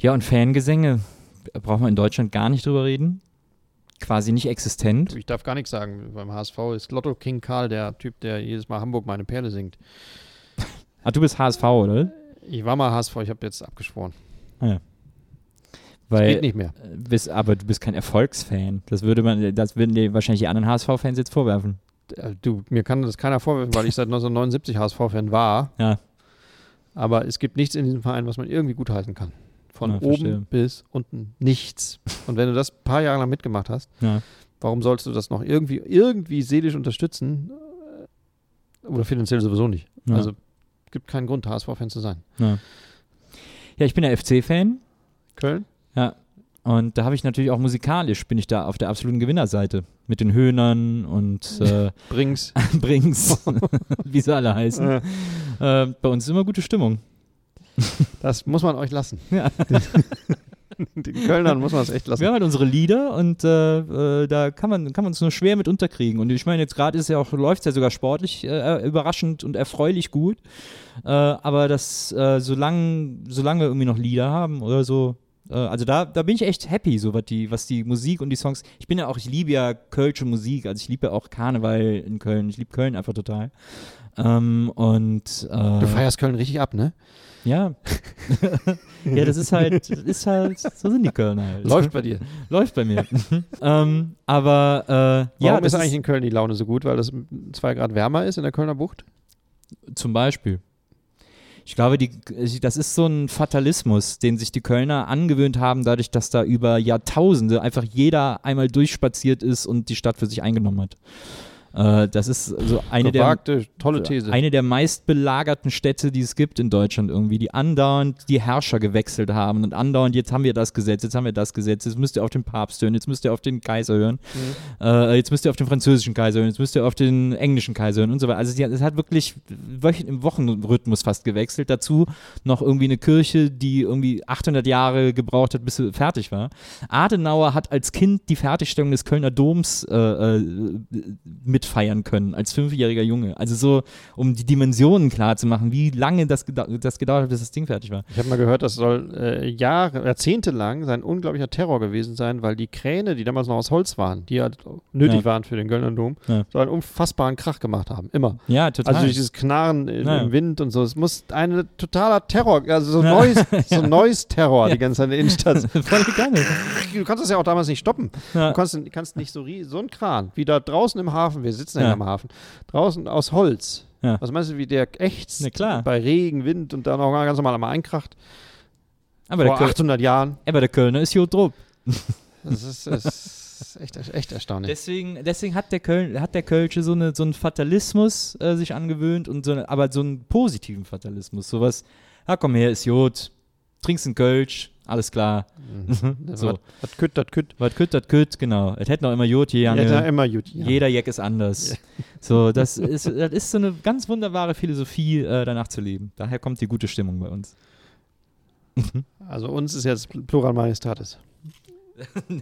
Speaker 3: Ja, und Fangesänge äh, braucht man in Deutschland gar nicht drüber reden. Quasi nicht existent.
Speaker 1: Ich darf gar nichts sagen. Beim HSV ist Lotto King Karl der Typ, der jedes Mal Hamburg meine Perle singt.
Speaker 3: Ah, du bist HSV, oder?
Speaker 1: Ich war mal HSV, ich habe jetzt abgeschworen. Das
Speaker 3: Weil,
Speaker 1: geht nicht mehr.
Speaker 3: äh, Bist, aber du bist kein Erfolgsfan. Das würde man, das würden dir wahrscheinlich die anderen HSV-Fans jetzt vorwerfen.
Speaker 1: Äh, Du, mir kann das keiner vorwerfen, weil ich seit 1979 HSV-Fan war.
Speaker 3: Ja.
Speaker 1: Aber es gibt nichts in diesem Verein, was man irgendwie gutheißen kann. Von
Speaker 3: Ja,
Speaker 1: oben
Speaker 3: verstehe.
Speaker 1: bis unten nichts. Und wenn du das ein paar Jahre lang mitgemacht hast,
Speaker 3: Ja.
Speaker 1: warum sollst du das noch irgendwie, irgendwie seelisch unterstützen? Äh, Oder finanziell sowieso nicht.
Speaker 3: Ja.
Speaker 1: Also gibt keinen Grund, HSV-Fan zu sein.
Speaker 3: Ja, ich bin ja FC-Fan
Speaker 1: Köln?
Speaker 3: und da habe ich natürlich auch musikalisch bin ich da auf der absoluten Gewinnerseite. Mit den Höhnern und äh,
Speaker 1: Brings.
Speaker 3: Brings, wie sie alle heißen.
Speaker 1: Äh,
Speaker 3: Äh, bei uns ist immer gute Stimmung.
Speaker 1: das muss man euch lassen.
Speaker 3: Ja.
Speaker 1: Den Kölnern muss man es echt lassen.
Speaker 3: Wir haben halt unsere Lieder und äh, äh, da kann man, kann man uns nur schwer mit unterkriegen. Und ich meine, jetzt gerade ist ja auch, läuft es ja sogar sportlich äh, überraschend und erfreulich gut. Äh, aber das, äh, solange, solange wir irgendwie noch Lieder haben oder so, äh, also da, da bin ich echt happy, so was die, was die Musik und die Songs. Ich bin ja auch, ich liebe ja kölsche Musik, also ich liebe ja auch Karneval in Köln. Ich liebe Köln einfach total. Ähm, und äh,
Speaker 1: Du feierst Köln richtig ab, ne?
Speaker 3: ja. ja, das ist halt, das ist halt, so sind die Kölner halt.
Speaker 1: Läuft bei dir.
Speaker 3: Läuft bei mir. ähm, aber äh, ja,
Speaker 1: Warum
Speaker 3: das
Speaker 1: ist eigentlich in Köln die Laune so gut? Weil es zwei Grad wärmer ist in der Kölner Bucht?
Speaker 3: zum Beispiel. Ich glaube, die, das ist so ein Fatalismus, den sich die Kölner angewöhnt haben, dadurch, dass da über Jahrtausende einfach jeder einmal durchspaziert ist und die Stadt für sich eingenommen hat. Äh, das ist so eine der,
Speaker 1: Gewagte, tolle These.
Speaker 3: eine der meistbelagerten Städte, die es gibt in Deutschland irgendwie, die andauernd die Herrscher gewechselt haben und andauernd, jetzt haben wir das Gesetz, jetzt haben wir das Gesetz, jetzt müsst ihr auf den Papst hören, jetzt müsst ihr auf den Kaiser hören,
Speaker 1: Mhm.
Speaker 3: äh, jetzt müsst ihr auf den französischen Kaiser hören, jetzt müsst ihr auf den englischen Kaiser hören und so weiter. Also die- es hat wirklich wöch- im Wochenrhythmus fast gewechselt. Dazu noch irgendwie eine Kirche, die irgendwie 800 Jahre gebraucht hat, bis sie fertig war. Adenauer hat als Kind die Fertigstellung des Kölner Doms äh, äh, mitfeiern können, als fünfjähriger Junge. Also so, um die Dimensionen klar zu machen, wie lange das, gedau das gedauert hat, bis das Ding fertig war.
Speaker 1: Ich habe mal gehört, das soll äh, Jahre, Jahrzehnte lang sein unglaublicher Terror gewesen sein, weil die Kräne, die damals noch aus Holz waren, die halt nötig
Speaker 3: Ja.
Speaker 1: waren für den Kölner Dom,
Speaker 3: Ja.
Speaker 1: so einen unfassbaren Krach gemacht haben. Immer.
Speaker 3: Ja, total.
Speaker 1: Also durch dieses Knarren im
Speaker 3: Ja.
Speaker 1: im Wind und so. Es muss ein totaler Terror, also so ein
Speaker 3: Ja.
Speaker 1: neues, so ein neues Terror die ganze Zeit in der Innenstadt.
Speaker 3: Voll egal.
Speaker 1: Du kannst das ja auch damals nicht stoppen.
Speaker 3: Ja.
Speaker 1: Du kannst, kannst nicht so, rie- so ein Kran, wie da draußen im Hafen, wir sitzen ja,
Speaker 3: Ja.
Speaker 1: am Hafen, draußen aus Holz.
Speaker 3: Ja.
Speaker 1: Was meinst du, wie der ächzt
Speaker 3: Na klar.
Speaker 1: bei Regen, Wind und dann auch ganz normal einmal einkracht?
Speaker 3: Aber, der
Speaker 1: Vor
Speaker 3: Köl
Speaker 1: 800 Jahren.
Speaker 3: aber der Kölner ist hier drauf.
Speaker 1: Das ist, das ist echt, echt erstaunlich.
Speaker 3: Deswegen, deswegen hat der Köln, hat der Kölsche so, eine, so einen Fatalismus äh, sich angewöhnt und so eine, aber so einen positiven Fatalismus. Sowas, ja komm her, ist Jod, trinkst einen Kölsch, alles klar. Mhm. so.
Speaker 1: Mhm. Das, das kütt, das kütt.
Speaker 3: Was kütt, dat kütt, genau. Es hätte noch immer Jod, je
Speaker 1: Ja,
Speaker 3: Jange.
Speaker 1: ja, immer gut. Ja.
Speaker 3: Jeder Jack ist anders. So, das ist, das ist so eine ganz wunderbare Philosophie, äh, danach zu leben. Daher kommt die gute Stimmung bei uns.
Speaker 1: Also uns ist jetzt Plural Majestatis.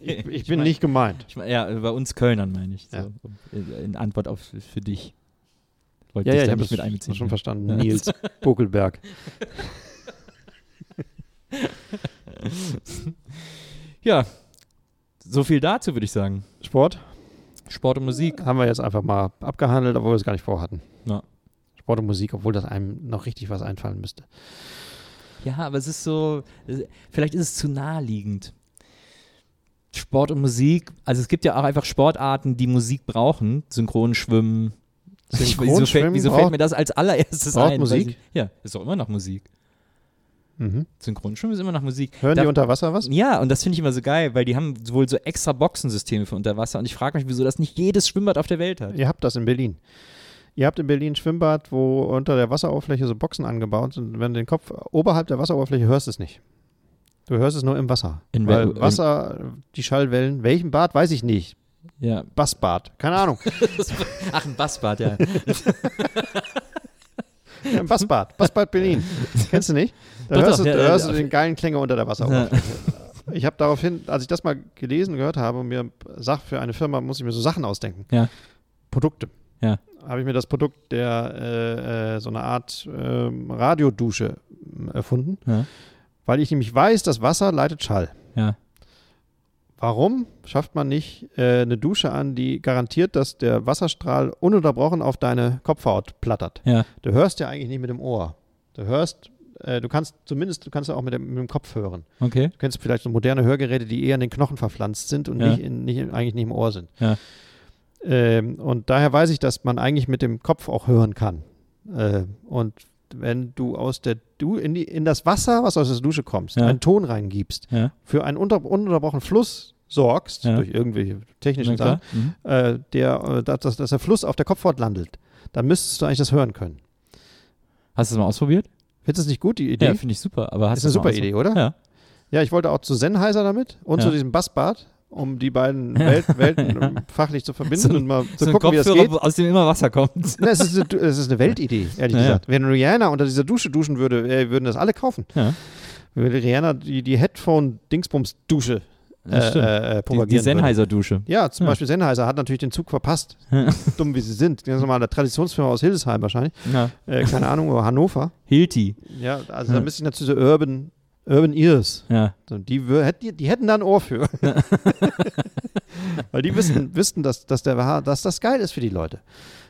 Speaker 1: Ich, ich bin
Speaker 3: mein-
Speaker 1: nicht gemeint.
Speaker 3: Ich mein, ja, bei uns Kölnern meine ich. So, um,
Speaker 1: Ja.
Speaker 3: in, in Antwort auf für dich. Wollte
Speaker 1: Ja,
Speaker 3: dich
Speaker 1: ja, ich
Speaker 3: da
Speaker 1: habe
Speaker 3: nicht
Speaker 1: das
Speaker 3: mit einbeziehen.
Speaker 1: schon verstanden.
Speaker 3: Ja.
Speaker 1: Nils Buckelberg.
Speaker 3: Ja, so viel dazu würde ich sagen.
Speaker 1: Sport
Speaker 3: Sport und Musik.
Speaker 1: haben wir jetzt einfach mal abgehandelt, obwohl wir es gar nicht vorhatten.
Speaker 3: Ja.
Speaker 1: Sport und Musik, obwohl das einem noch richtig was einfallen müsste.
Speaker 3: Ja, aber es ist so, äh, vielleicht ist es zu naheliegend. Sport und Musik, also es gibt ja auch einfach Sportarten, die Musik brauchen. Synchronschwimmen. wieso fällt,
Speaker 1: Synchronschwimmen
Speaker 3: wieso
Speaker 1: braucht-
Speaker 3: fällt mir das als allererstes
Speaker 1: braucht
Speaker 3: ein?
Speaker 1: Musik?
Speaker 3: Weiß ich- Ja, ist doch immer noch Musik.
Speaker 1: Mhm.
Speaker 3: Synchronschwimmen ist immer noch Musik.
Speaker 1: Hören
Speaker 3: Da-
Speaker 1: die unter Wasser was?
Speaker 3: Ja, und das finde ich immer so geil, weil die haben wohl so extra Boxensysteme für Unterwasser und ich frage mich, wieso das nicht jedes Schwimmbad auf der Welt hat.
Speaker 1: Ihr habt das in Berlin. Ihr habt in Berlin ein Schwimmbad, wo unter der Wasseroberfläche so Boxen angebaut sind. Und wenn du den Kopf oberhalb der Wasseroberfläche hörst, du es nicht. Du hörst es nur im Wasser.
Speaker 3: In wel-
Speaker 1: Weil
Speaker 3: in-
Speaker 1: Wasser, die Schallwellen, welchem Bad, weiß ich nicht.
Speaker 3: Ja.
Speaker 1: Bassbad, keine Ahnung.
Speaker 3: Ach, ein Bassbad, ja.
Speaker 1: Ja, Im Bassbad, Bassbad Berlin. Kennst du nicht? Da
Speaker 3: Doch,
Speaker 1: hörst,
Speaker 3: doch,
Speaker 1: du,
Speaker 3: ja,
Speaker 1: da
Speaker 3: ja,
Speaker 1: hörst
Speaker 3: ja.
Speaker 1: du den geilen Klänge unter der Wasseroberfläche. Ich habe daraufhin, als ich das mal gelesen gehört habe und mir sagt, für eine Firma muss ich mir so Sachen ausdenken.
Speaker 3: Ja.
Speaker 1: Produkte.
Speaker 3: Ja.
Speaker 1: Habe ich mir das Produkt der äh, äh, so eine Art ähm, Radiodusche ähm, erfunden,
Speaker 3: Ja.
Speaker 1: weil ich nämlich weiß, dass Wasser leitet Schall.
Speaker 3: ja.
Speaker 1: Warum schafft man nicht äh, eine Dusche an, die garantiert, dass der Wasserstrahl ununterbrochen auf deine Kopfhaut plattert?
Speaker 3: Ja.
Speaker 1: Du hörst ja eigentlich nicht mit dem Ohr. Du hörst, äh, du kannst zumindest, du kannst ja auch mit dem, mit dem Kopf hören.
Speaker 3: Okay.
Speaker 1: Du kennst vielleicht so moderne Hörgeräte, die eher in den Knochen verpflanzt sind und
Speaker 3: Ja.
Speaker 1: nicht in, nicht, in- eigentlich nicht im Ohr sind.
Speaker 3: Ja.
Speaker 1: Ähm, und daher weiß ich, dass man eigentlich mit dem Kopf auch hören kann. Äh, und wenn du aus der du in, die, in das Wasser, was aus der Dusche kommst,
Speaker 3: Ja.
Speaker 1: einen Ton reingibst,
Speaker 3: Ja.
Speaker 1: für einen unter, ununterbrochenen Fluss sorgst,
Speaker 3: Ja.
Speaker 1: durch irgendwelche
Speaker 3: Na
Speaker 1: technischen Sachen,
Speaker 3: klar. Mhm.
Speaker 1: äh, der, äh, dass, dass- dass der Fluss auf der Kopfhaut landet, dann müsstest du eigentlich das hören können.
Speaker 3: Hast du es mal ausprobiert?
Speaker 1: Findest du das nicht gut, die Idee?
Speaker 3: Ja, finde ich super. Aber hast
Speaker 1: Ist
Speaker 3: du
Speaker 1: eine
Speaker 3: es mal
Speaker 1: super
Speaker 3: ausprobiert?
Speaker 1: Idee, oder?
Speaker 3: Ja.
Speaker 1: Ja, ich wollte auch zu Sennheiser damit und
Speaker 3: Ja.
Speaker 1: zu diesem Bassbad, um die beiden Welt, Welten ähm, fachlich zu verbinden
Speaker 3: So ein-
Speaker 1: und mal zu
Speaker 3: So ein
Speaker 1: gucken, wie das geht.
Speaker 3: Kopfhörer, aus dem immer Wasser kommt.
Speaker 1: Na, es, ist eine, Du- es ist eine Weltidee, ehrlich
Speaker 3: Ja, ja.
Speaker 1: gesagt. Wenn Rihanna unter dieser Dusche duschen würde, äh, würden das alle kaufen.
Speaker 3: Ja.
Speaker 1: Würde Rihanna die, die Headphone-Dingsbums-Dusche äh,
Speaker 3: Das stimmt.
Speaker 1: äh, äh,
Speaker 3: Die,
Speaker 1: propagieren.
Speaker 3: die
Speaker 1: würde.
Speaker 3: Sennheiser-Dusche.
Speaker 1: Ja, zum
Speaker 3: Ja.
Speaker 1: Beispiel Sennheiser hat natürlich den Zug verpasst. Dumm wie sie sind. Ganz normale Traditionsfirma aus Hildesheim wahrscheinlich.
Speaker 3: Ja.
Speaker 1: Äh, keine Ahnung, oder Hannover.
Speaker 3: Hilti.
Speaker 1: Ja, also
Speaker 3: Ja.
Speaker 1: da müsste ich natürlich so Urban, Urban Ears
Speaker 3: Ja.
Speaker 1: so, die, wür- hätt- die, die hätten da ein Ohr für. Weil die wüssten, wüssten dass, dass, der, Haar- dass das geil ist für die Leute.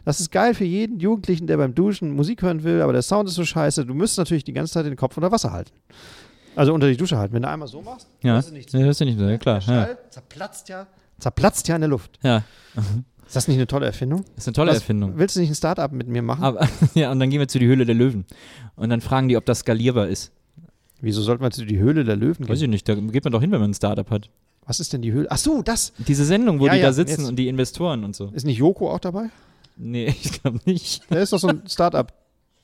Speaker 1: Das ist geil für jeden Jugendlichen, der beim Duschen Musik hören will, aber der Sound ist so scheiße. Du müsstest natürlich die ganze Zeit den Kopf unter Wasser halten. Also unter die Dusche halten. Wenn du einmal so machst,
Speaker 3: Ja.
Speaker 1: hörst du nichts.
Speaker 3: Ja, hörst du nicht mehr, ja, klar.
Speaker 1: der
Speaker 3: Ja.
Speaker 1: Schall zerplatzt ja. Zerplatzt ja in der Luft.
Speaker 3: ja.
Speaker 1: Ist das nicht eine tolle Erfindung?
Speaker 3: Ist eine tolle
Speaker 1: Was-
Speaker 3: Erfindung.
Speaker 1: Willst du nicht ein Start-up mit mir machen?
Speaker 3: Aber, ja, und dann gehen wir zu die Höhle der Löwen. Und dann fragen die, ob das skalierbar ist.
Speaker 1: Wieso sollten wir zu die Höhle der Löwen
Speaker 3: Weiß
Speaker 1: gehen?
Speaker 3: ich nicht, da geht man doch hin, wenn man ein Startup hat.
Speaker 1: Was ist denn die Höhle? Ach so, das.
Speaker 3: Diese Sendung, wo
Speaker 1: Ja,
Speaker 3: die
Speaker 1: ja,
Speaker 3: da sitzen
Speaker 1: jetzt.
Speaker 3: und die Investoren und so.
Speaker 1: Ist nicht Joko auch dabei?
Speaker 3: Nee, ich glaube nicht.
Speaker 1: Der ist doch so ein Start-up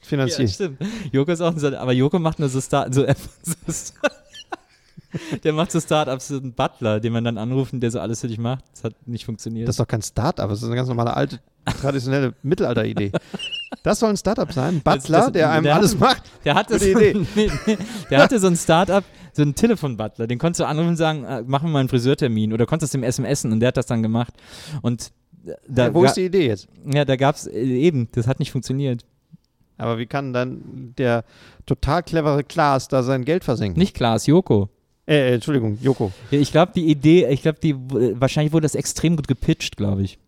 Speaker 3: Ja,
Speaker 1: finanziert.
Speaker 3: stimmt. Joko ist auch ein, Start- aber Joko macht nur so Start, so, so der macht so Startups, so einen Butler, den man dann anrufen, der so alles für dich macht. Das hat nicht funktioniert.
Speaker 1: das ist doch kein Start-up, das ist eine ganz normale alte, traditionelle Mittelalter-Idee. Das soll ein Start-up sein, ein
Speaker 3: Das-
Speaker 1: Butler,
Speaker 3: das-
Speaker 1: der einem
Speaker 3: der hat-
Speaker 1: alles macht.
Speaker 3: der hatte so,
Speaker 1: gute Idee.
Speaker 3: nee, nee, der hatte so ein Startup, so einen Telefon-Butler, den konntest du anrufen und sagen, äh, mach mir mal einen Friseurtermin oder konntest es dem SMSen und der hat das dann gemacht. Und da,
Speaker 1: ja, wo
Speaker 3: ga-
Speaker 1: ist die Idee jetzt?
Speaker 3: ja, da gab es eben, das hat nicht funktioniert.
Speaker 1: Aber wie kann dann der total clevere Klaas da sein Geld versenken?
Speaker 3: Nicht Klaas, Joko.
Speaker 1: Äh, äh, Entschuldigung, Joko.
Speaker 3: Ja, Ich glaube, die Idee, ich glaube, die wahrscheinlich wurde das extrem gut gepitcht, glaube ich.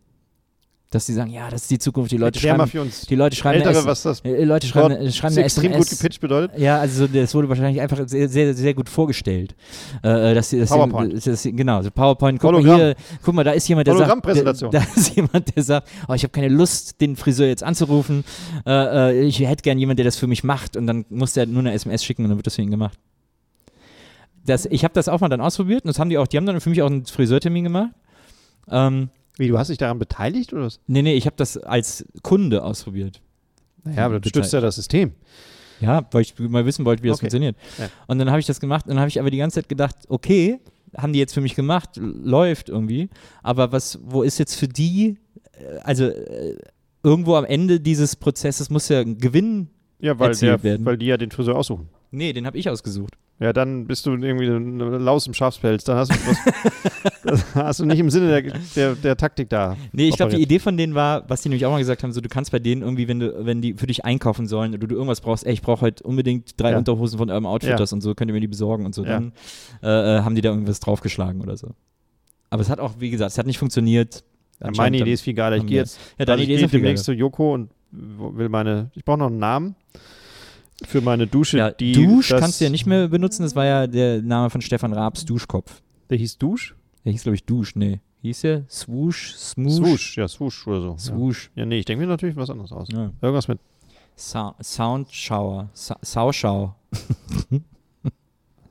Speaker 3: Dass sie sagen, ja, das ist die Zukunft, die Leute
Speaker 1: Erklär mal
Speaker 3: schreiben.
Speaker 1: für uns
Speaker 3: Die Leute schreiben eine
Speaker 1: Ältere,
Speaker 3: S-
Speaker 1: was das
Speaker 3: äh, Leute schreiben, eine- schreiben
Speaker 1: ist
Speaker 3: eine
Speaker 1: extrem
Speaker 3: SMS.
Speaker 1: gut gepitcht bedeutet.
Speaker 3: Ja, also das wurde wahrscheinlich einfach sehr, sehr, sehr gut vorgestellt. Äh, dass, sie- dass sie-
Speaker 1: PowerPoint.
Speaker 3: Dass, sie- genau, so PowerPoint. Guck mal,
Speaker 1: Hologramm.
Speaker 3: hier, guck mal, da ist jemand, der sagt, der,
Speaker 1: Hologrammpräsentation.
Speaker 3: da ist jemand, der sagt, oh, ich habe keine Lust, den Friseur jetzt anzurufen. Äh, äh, ich hätte gern jemanden, der das für mich macht. Und dann muss der nur eine SMS schicken und dann wird das für ihn gemacht. Das, ich habe das auch mal dann ausprobiert und das haben die auch, die haben dann für mich auch einen Friseurtermin gemacht. Ähm,
Speaker 1: Wie, du hast dich daran beteiligt oder was?
Speaker 3: nee, nee, ich habe das als Kunde ausprobiert.
Speaker 1: Naja, aber du stützt ja das System.
Speaker 3: Ja, weil ich mal wissen wollte, wie das
Speaker 1: Okay.
Speaker 3: funktioniert.
Speaker 1: Ja.
Speaker 3: Und dann habe ich das gemacht und dann habe ich aber die ganze Zeit gedacht, okay, haben die jetzt für mich gemacht, l- läuft irgendwie, aber was, wo ist jetzt für die, äh, also äh, irgendwo am Ende dieses Prozesses muss ja ein Gewinn,
Speaker 1: Ja, weil,
Speaker 3: Erzielt
Speaker 1: der,
Speaker 3: werden.
Speaker 1: weil die ja den Friseur aussuchen.
Speaker 3: nee, den habe ich ausgesucht.
Speaker 1: Ja, dann bist du irgendwie eine Laus im Schafspelz. Dann hast du, was, das hast du nicht im Sinne der, der, der Taktik da.
Speaker 3: Nee, ich glaube, die
Speaker 1: operiert.
Speaker 3: Idee von denen war, was die nämlich auch mal gesagt haben, so du kannst bei denen irgendwie, wenn du, wenn die für dich einkaufen sollen oder du irgendwas brauchst, ey, ich brauche heute unbedingt drei
Speaker 1: Ja.
Speaker 3: Unterhosen von eurem Outfitters und so, könnt ihr mir die besorgen und so,
Speaker 1: Ja.
Speaker 3: dann äh, äh, haben die da irgendwas draufgeschlagen oder so. Aber es hat auch, wie gesagt, es hat nicht funktioniert.
Speaker 1: Ja, meine Idee ist viel geiler. Ich
Speaker 3: haben
Speaker 1: gehe
Speaker 3: wir-
Speaker 1: jetzt
Speaker 3: Ja, deine
Speaker 1: also
Speaker 3: Idee
Speaker 1: ich
Speaker 3: ist
Speaker 1: gehe
Speaker 3: ja viel
Speaker 1: demnächst
Speaker 3: geiler.
Speaker 1: zu Joko und will meine. Ich brauche noch einen Namen für meine Dusche.
Speaker 3: Ja,
Speaker 1: die,
Speaker 3: Dusch
Speaker 1: das-
Speaker 3: kannst du ja nicht mehr benutzen, das war ja der Name von Stefan Raabs Duschkopf.
Speaker 1: Der hieß Dusch?
Speaker 3: Der hieß, glaube ich, Dusch, nee. Hieß der Swoosh, Smoosh?
Speaker 1: Swoosh, ja, Swoosh oder so. Ja.
Speaker 3: Swoosh.
Speaker 1: ja, nee, ich denke mir natürlich was anderes aus.
Speaker 3: Ja.
Speaker 1: Irgendwas mit
Speaker 3: Sa Soundshower. Sa Sauschau.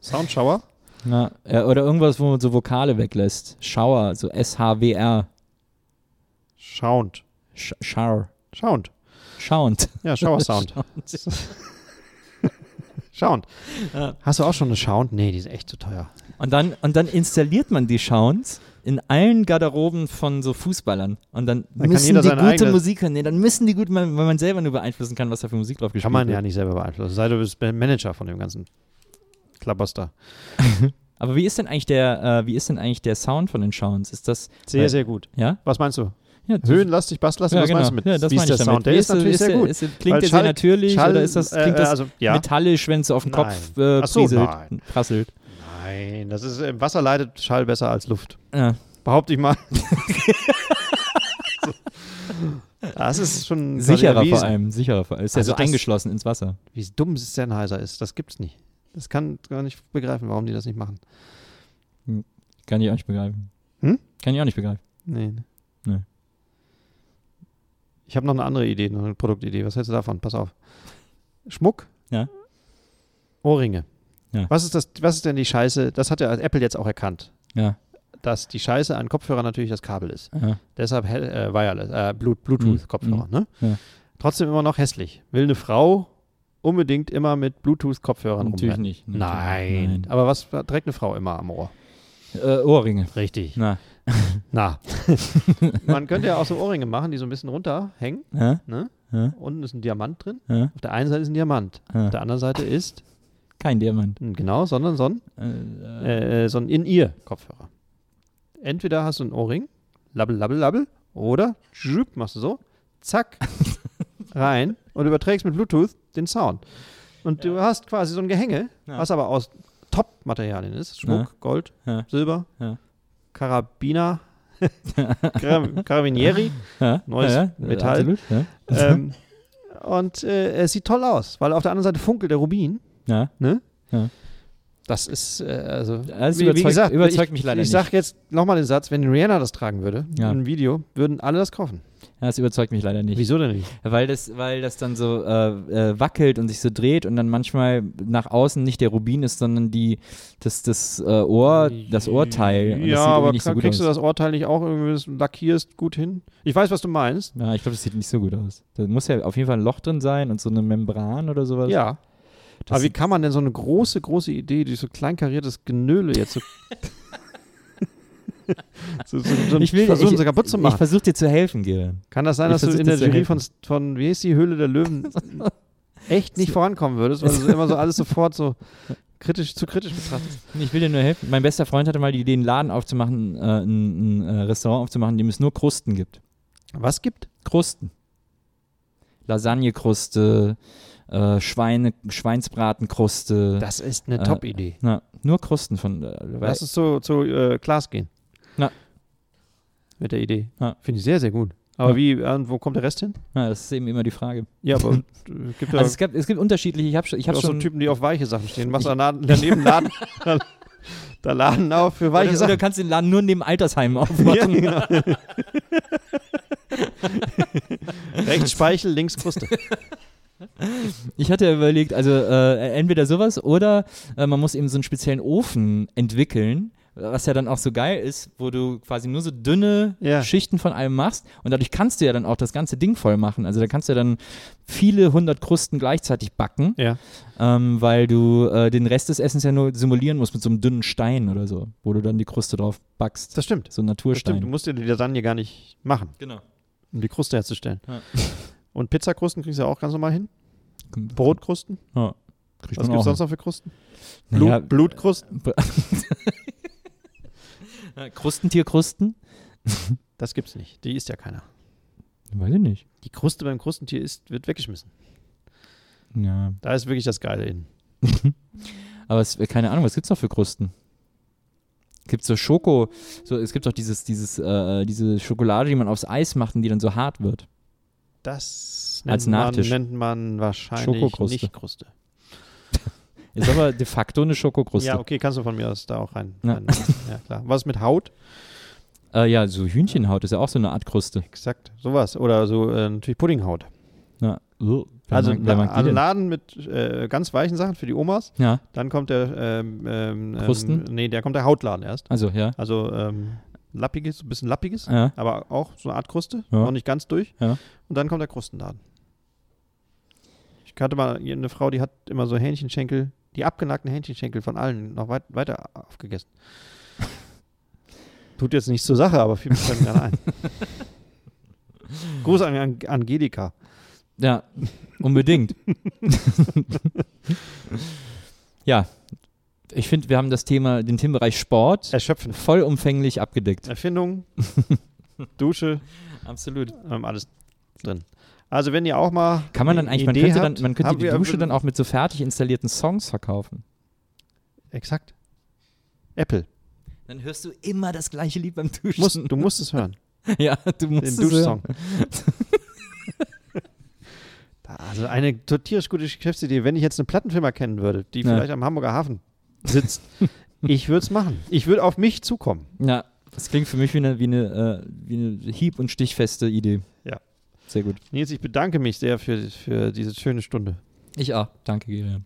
Speaker 1: Soundshower.
Speaker 3: Ja, äh, oder irgendwas, wo man so Vokale weglässt. Schauer, so S-H-W-R.
Speaker 1: Sound.
Speaker 3: Sch Schauer.
Speaker 1: Sound.
Speaker 3: Schauend.
Speaker 1: Ja, Shower Sound. Sound.
Speaker 3: Ja.
Speaker 1: Hast du auch schon eine Sound? Nee, die ist echt zu teuer.
Speaker 3: Und dann, und dann installiert man die Sounds in allen Garderoben von so Fußballern. Und dann,
Speaker 1: kann
Speaker 3: müssen
Speaker 1: jeder
Speaker 3: die
Speaker 1: seine
Speaker 3: gute
Speaker 1: eigene-
Speaker 3: Musik hören. Nee, dann müssen die gut, weil weil man selber nur beeinflussen kann, was da für Musik drauf gespielt
Speaker 1: Kann man
Speaker 3: wird.
Speaker 1: ja nicht selber beeinflussen. Sei du bist Manager von dem ganzen Klapperster.
Speaker 3: Aber wie ist denn eigentlich der, äh, wie ist denn eigentlich der Sound von den Sounds? Ist das,
Speaker 1: Sehr,
Speaker 3: Weil-
Speaker 1: sehr gut.
Speaker 3: ja?
Speaker 1: Was meinst du?
Speaker 3: ja das-
Speaker 1: Höhenlastig, basslastig?
Speaker 3: ja,
Speaker 1: was
Speaker 3: genau.
Speaker 1: meinst du mit?
Speaker 3: ja, das
Speaker 1: Wie
Speaker 3: meine
Speaker 1: ist
Speaker 3: ich
Speaker 1: der
Speaker 3: damit.
Speaker 1: Sound? Der ist,
Speaker 3: der-
Speaker 1: natürlich
Speaker 3: ist
Speaker 1: sehr
Speaker 3: der-
Speaker 1: gut.
Speaker 3: Ist, der- klingt
Speaker 1: Weil
Speaker 3: der sehr
Speaker 1: Schall-
Speaker 3: natürlich
Speaker 1: Schall-
Speaker 3: oder ist das,
Speaker 1: äh,
Speaker 3: klingt das
Speaker 1: also, ja.
Speaker 3: metallisch, wenn es auf den Kopf äh,
Speaker 1: Ach so,
Speaker 3: prieselt,
Speaker 1: nein.
Speaker 3: prasselt?
Speaker 1: Nein, das ist im Wasser leidet Schall besser als Luft.
Speaker 3: Ja.
Speaker 1: Behaupte ich mal. das ist schon
Speaker 3: Sicherer
Speaker 1: erwiesen.
Speaker 3: vor allem, sicherer vor allem. Ist ja
Speaker 1: Also
Speaker 3: so
Speaker 1: das-
Speaker 3: eingeschlossen ins Wasser.
Speaker 1: Wie dumm Sennheiser ist, das gibt's nicht. Das kann gar nicht begreifen, warum die das nicht machen.
Speaker 3: Kann ich auch nicht begreifen.
Speaker 1: Hm?
Speaker 3: Kann ich auch nicht begreifen.
Speaker 1: Nee.
Speaker 3: Nee.
Speaker 1: Ich habe noch eine andere Idee, noch eine Produktidee. Was hältst du davon? Pass auf. Schmuck?
Speaker 3: Ja.
Speaker 1: Ohrringe.
Speaker 3: Ja.
Speaker 1: Was ist das, was ist denn die Scheiße? Das hat ja Apple jetzt auch erkannt,
Speaker 3: Ja.
Speaker 1: dass die Scheiße an Kopfhörern natürlich das Kabel ist.
Speaker 3: ja.
Speaker 1: Deshalb hell- äh, Wireless, äh, Blu- Bluetooth-Kopfhörer. Ne?
Speaker 3: Mhm. Ja.
Speaker 1: Trotzdem immer noch hässlich. Will eine Frau unbedingt immer mit Bluetooth-Kopfhörern
Speaker 3: Natürlich
Speaker 1: rumrennen?
Speaker 3: nicht. Natürlich.
Speaker 1: Nein. Aber was trägt eine Frau immer am Ohr?
Speaker 3: Äh, Ohrringe.
Speaker 1: Richtig.
Speaker 3: Na.
Speaker 1: Na. Man könnte ja auch so Ohrringe machen, die so ein bisschen runterhängen.
Speaker 3: Ja?
Speaker 1: Ne?
Speaker 3: Ja?
Speaker 1: Unten ist ein Diamant drin.
Speaker 3: Ja?
Speaker 1: Auf der einen Seite ist ein Diamant. Auf
Speaker 3: Ja?
Speaker 1: der anderen Seite ist,
Speaker 3: Kein Diamant.
Speaker 1: hm, genau, sondern so ein,
Speaker 3: Äh, äh,
Speaker 1: äh, so ein In-Ear-Kopfhörer. Entweder hast du einen Ohrring, labbel, labbel, labbel, oder schüpp, machst du so, zack, rein und überträgst mit Bluetooth den Sound. Und du hast quasi so ein Gehänge,
Speaker 3: Ja.
Speaker 1: was aber aus Top-Materialien ist. Schmuck,
Speaker 3: Ja.
Speaker 1: Gold,
Speaker 3: Ja.
Speaker 1: Silber,
Speaker 3: Ja.
Speaker 1: Karabiner, Car- Carabinieri.
Speaker 3: ja?
Speaker 1: neues
Speaker 3: ja?
Speaker 1: Metall.
Speaker 3: Absolut. Ja?
Speaker 1: ähm, und äh, es sieht toll aus, weil auf der anderen Seite funkelt der Rubin.
Speaker 3: ja?
Speaker 1: Das ist, äh, also,
Speaker 3: Das überzeugt- überzeugt
Speaker 1: ich,
Speaker 3: mich leider
Speaker 1: Ich sage jetzt nochmal den Satz, wenn Rihanna das tragen würde,
Speaker 3: Ja.
Speaker 1: in einem Video, würden alle das kaufen.
Speaker 3: Ja, das überzeugt mich leider nicht.
Speaker 1: Wieso denn nicht?
Speaker 3: Weil das, weil das dann so äh, äh, wackelt und sich so dreht und dann manchmal nach außen nicht der Rubin ist, sondern die, das, das äh, Ohr, das Ohrteil. Und das
Speaker 1: ja,
Speaker 3: sieht irgendwie
Speaker 1: aber
Speaker 3: nicht so
Speaker 1: kr-
Speaker 3: gut
Speaker 1: kriegst
Speaker 3: aus.
Speaker 1: du das Urteil nicht auch irgendwie, wenn du es lackierst, gut hin? Ich weiß, was du meinst.
Speaker 3: Ja, ich glaube, das sieht nicht so gut aus. Da muss ja auf jeden Fall ein Loch drin sein und so eine Membran oder sowas.
Speaker 1: Ja.
Speaker 3: Das
Speaker 1: aber wie kann man denn so eine große, große Idee, durch so kleinkariertes Genöle jetzt so. so, so, so
Speaker 3: ich will
Speaker 1: versuchen,
Speaker 3: ich,
Speaker 1: sie kaputt zu
Speaker 3: Ich
Speaker 1: machen.
Speaker 3: versuche dir zu helfen, Gillian.
Speaker 1: kann das sein,
Speaker 3: ich
Speaker 1: dass du
Speaker 3: versuch
Speaker 1: in
Speaker 3: dir
Speaker 1: der
Speaker 3: zu
Speaker 1: Jury von,
Speaker 3: helfen.
Speaker 1: von, wie hieß die Höhle der Löwen, echt nicht vorankommen würdest, weil du so immer so alles sofort so kritisch, zu kritisch betrachtest?
Speaker 3: Ich will dir nur helfen. Mein bester Freund hatte mal die Idee, einen Laden aufzumachen, äh, ein, ein äh, Restaurant aufzumachen, in dem es nur Krusten gibt.
Speaker 1: Was gibt?
Speaker 3: Krusten. Lasagnekruste, äh, Schweine, Schweinsbratenkruste.
Speaker 1: Das ist eine
Speaker 3: Äh,
Speaker 1: Top-Idee.
Speaker 3: Na, nur Krusten von. Äh, weil,
Speaker 1: Lass uns zu, zu äh, Klaas gehen.
Speaker 3: Na.
Speaker 1: Mit der Idee.
Speaker 3: Ja.
Speaker 1: Finde ich sehr, sehr gut. Aber
Speaker 3: Ja.
Speaker 1: wie, äh, wo kommt der Rest hin?
Speaker 3: na, das ist eben immer die Frage.
Speaker 1: Ja, aber äh, gibt da
Speaker 3: Also es, gab, es gibt unterschiedliche. Ich habe ich hab
Speaker 1: auch so
Speaker 3: schon.
Speaker 1: Typen, die auf weiche Sachen stehen. Machst du daneben, daneben Laden, da Laden auf für weiche
Speaker 3: oder, oder
Speaker 1: Sachen.
Speaker 3: kannst du den Laden nur in dem Altersheim
Speaker 1: Ja,
Speaker 3: aufmachen.
Speaker 1: genau. Rechts Speichel, links Kruste.
Speaker 3: Ich hatte ja überlegt, also äh, entweder sowas oder äh, man muss eben so einen speziellen Ofen entwickeln, was ja dann auch so geil ist, wo du quasi nur so dünne
Speaker 1: Ja.
Speaker 3: Schichten von allem machst und dadurch kannst du ja dann auch das ganze Ding voll machen. Also da kannst du ja dann viele hundert Krusten gleichzeitig backen,
Speaker 1: Ja.
Speaker 3: ähm, weil du äh, den Rest des Essens ja nur simulieren musst mit so einem dünnen Stein oder so, wo du dann die Kruste drauf backst.
Speaker 1: Das stimmt.
Speaker 3: so ein
Speaker 1: Das stimmt. Du
Speaker 3: Naturstein.
Speaker 1: musst dir die Lasagne gar nicht machen,
Speaker 3: Genau.
Speaker 1: um die Kruste herzustellen.
Speaker 3: Ja.
Speaker 1: Und Pizzakrusten kriegst du ja auch ganz normal hin. Brotkrusten.
Speaker 3: Ja. Kriegt
Speaker 1: Was
Speaker 3: man
Speaker 1: gibt es
Speaker 3: auch
Speaker 1: sonst noch für Krusten?
Speaker 3: hin. Naja, äh,
Speaker 1: Blut, Blutkrusten.
Speaker 3: Krustentierkrusten?
Speaker 1: Das gibt's nicht. Die isst ja keiner.
Speaker 3: Weiß ich nicht.
Speaker 1: Die Kruste beim Krustentier ist, wird weggeschmissen.
Speaker 3: Ja.
Speaker 1: Da ist wirklich das Geile in.
Speaker 3: Aber es, äh, keine Ahnung, was gibt's noch für Krusten? Gibt so Schoko, so, es gibt doch dieses, dieses, äh, diese Schokolade, die man aufs Eis macht und die dann so hart wird.
Speaker 1: Das nennt,
Speaker 3: Als Nachtisch.
Speaker 1: Man, nennt man wahrscheinlich
Speaker 3: Schokokruste.
Speaker 1: nicht Kruste.
Speaker 3: Ist aber de facto eine Schokokruste.
Speaker 1: Ja, okay, kannst du von mir aus da auch rein.
Speaker 3: Ja.
Speaker 1: rein ja klar. Was mit Haut?
Speaker 3: Äh, ja, so Hühnchenhaut ist ja auch so eine Art Kruste.
Speaker 1: Exakt, sowas. Oder so äh, natürlich Puddinghaut.
Speaker 3: Ja. Wer
Speaker 1: also
Speaker 3: mag- wer mag die
Speaker 1: also
Speaker 3: denn?
Speaker 1: Laden mit äh, ganz weichen Sachen für die Omas.
Speaker 3: ja,
Speaker 1: Dann kommt der ähm, ähm, ähm,
Speaker 3: Krusten?
Speaker 1: Nee, der kommt der Hautladen erst.
Speaker 3: also ja.
Speaker 1: Also ähm, lappiges, so ein bisschen lappiges,
Speaker 3: ja.
Speaker 1: aber auch so eine Art Kruste,
Speaker 3: Ja.
Speaker 1: noch nicht ganz durch.
Speaker 3: Ja.
Speaker 1: Und dann kommt der Krustenladen. Ich kannte mal eine Frau, die hat immer so Hähnchenschenkel, die abgenagten Hähnchenschenkel von allen noch weit, weiter aufgegessen. Tut jetzt nichts zur Sache, aber viel fällt mir gerade ein. Gruß an, an Angelika.
Speaker 3: Ja, unbedingt. ja, ich finde, wir haben das Thema, den Themenbereich Sport
Speaker 1: Erschöpfend.
Speaker 3: vollumfänglich abgedeckt.
Speaker 1: Erfindung, Dusche,
Speaker 3: Absolut.
Speaker 1: ähm, alles drin. Also wenn ihr auch mal
Speaker 3: Kann man dann
Speaker 1: eine
Speaker 3: eigentlich, man
Speaker 1: Idee
Speaker 3: könnte,
Speaker 1: habt,
Speaker 3: dann, man könnte
Speaker 1: haben
Speaker 3: die
Speaker 1: wir-
Speaker 3: Dusche dann auch mit so fertig installierten Songs verkaufen.
Speaker 1: Exakt. Apple.
Speaker 3: Dann hörst du immer das gleiche Lied beim Duschen.
Speaker 1: Musst, du musst es hören.
Speaker 3: ja, du musst
Speaker 1: den
Speaker 3: es
Speaker 1: Duschsong.
Speaker 3: hören.
Speaker 1: Da, also eine to- tierisch gute Geschäftsidee, wenn ich jetzt eine Plattenfirma kennen würde, die
Speaker 3: Ja.
Speaker 1: vielleicht am Hamburger Hafen sitzt, ich würde es machen. Ich würde auf mich zukommen.
Speaker 3: Ja, das klingt für mich wie eine, wie eine, äh, wie eine hieb- und stichfeste Idee.
Speaker 1: Ja.
Speaker 3: Sehr gut.
Speaker 1: Nils, ich bedanke mich sehr für, für diese schöne Stunde.
Speaker 3: Ich auch. Danke, Gerian.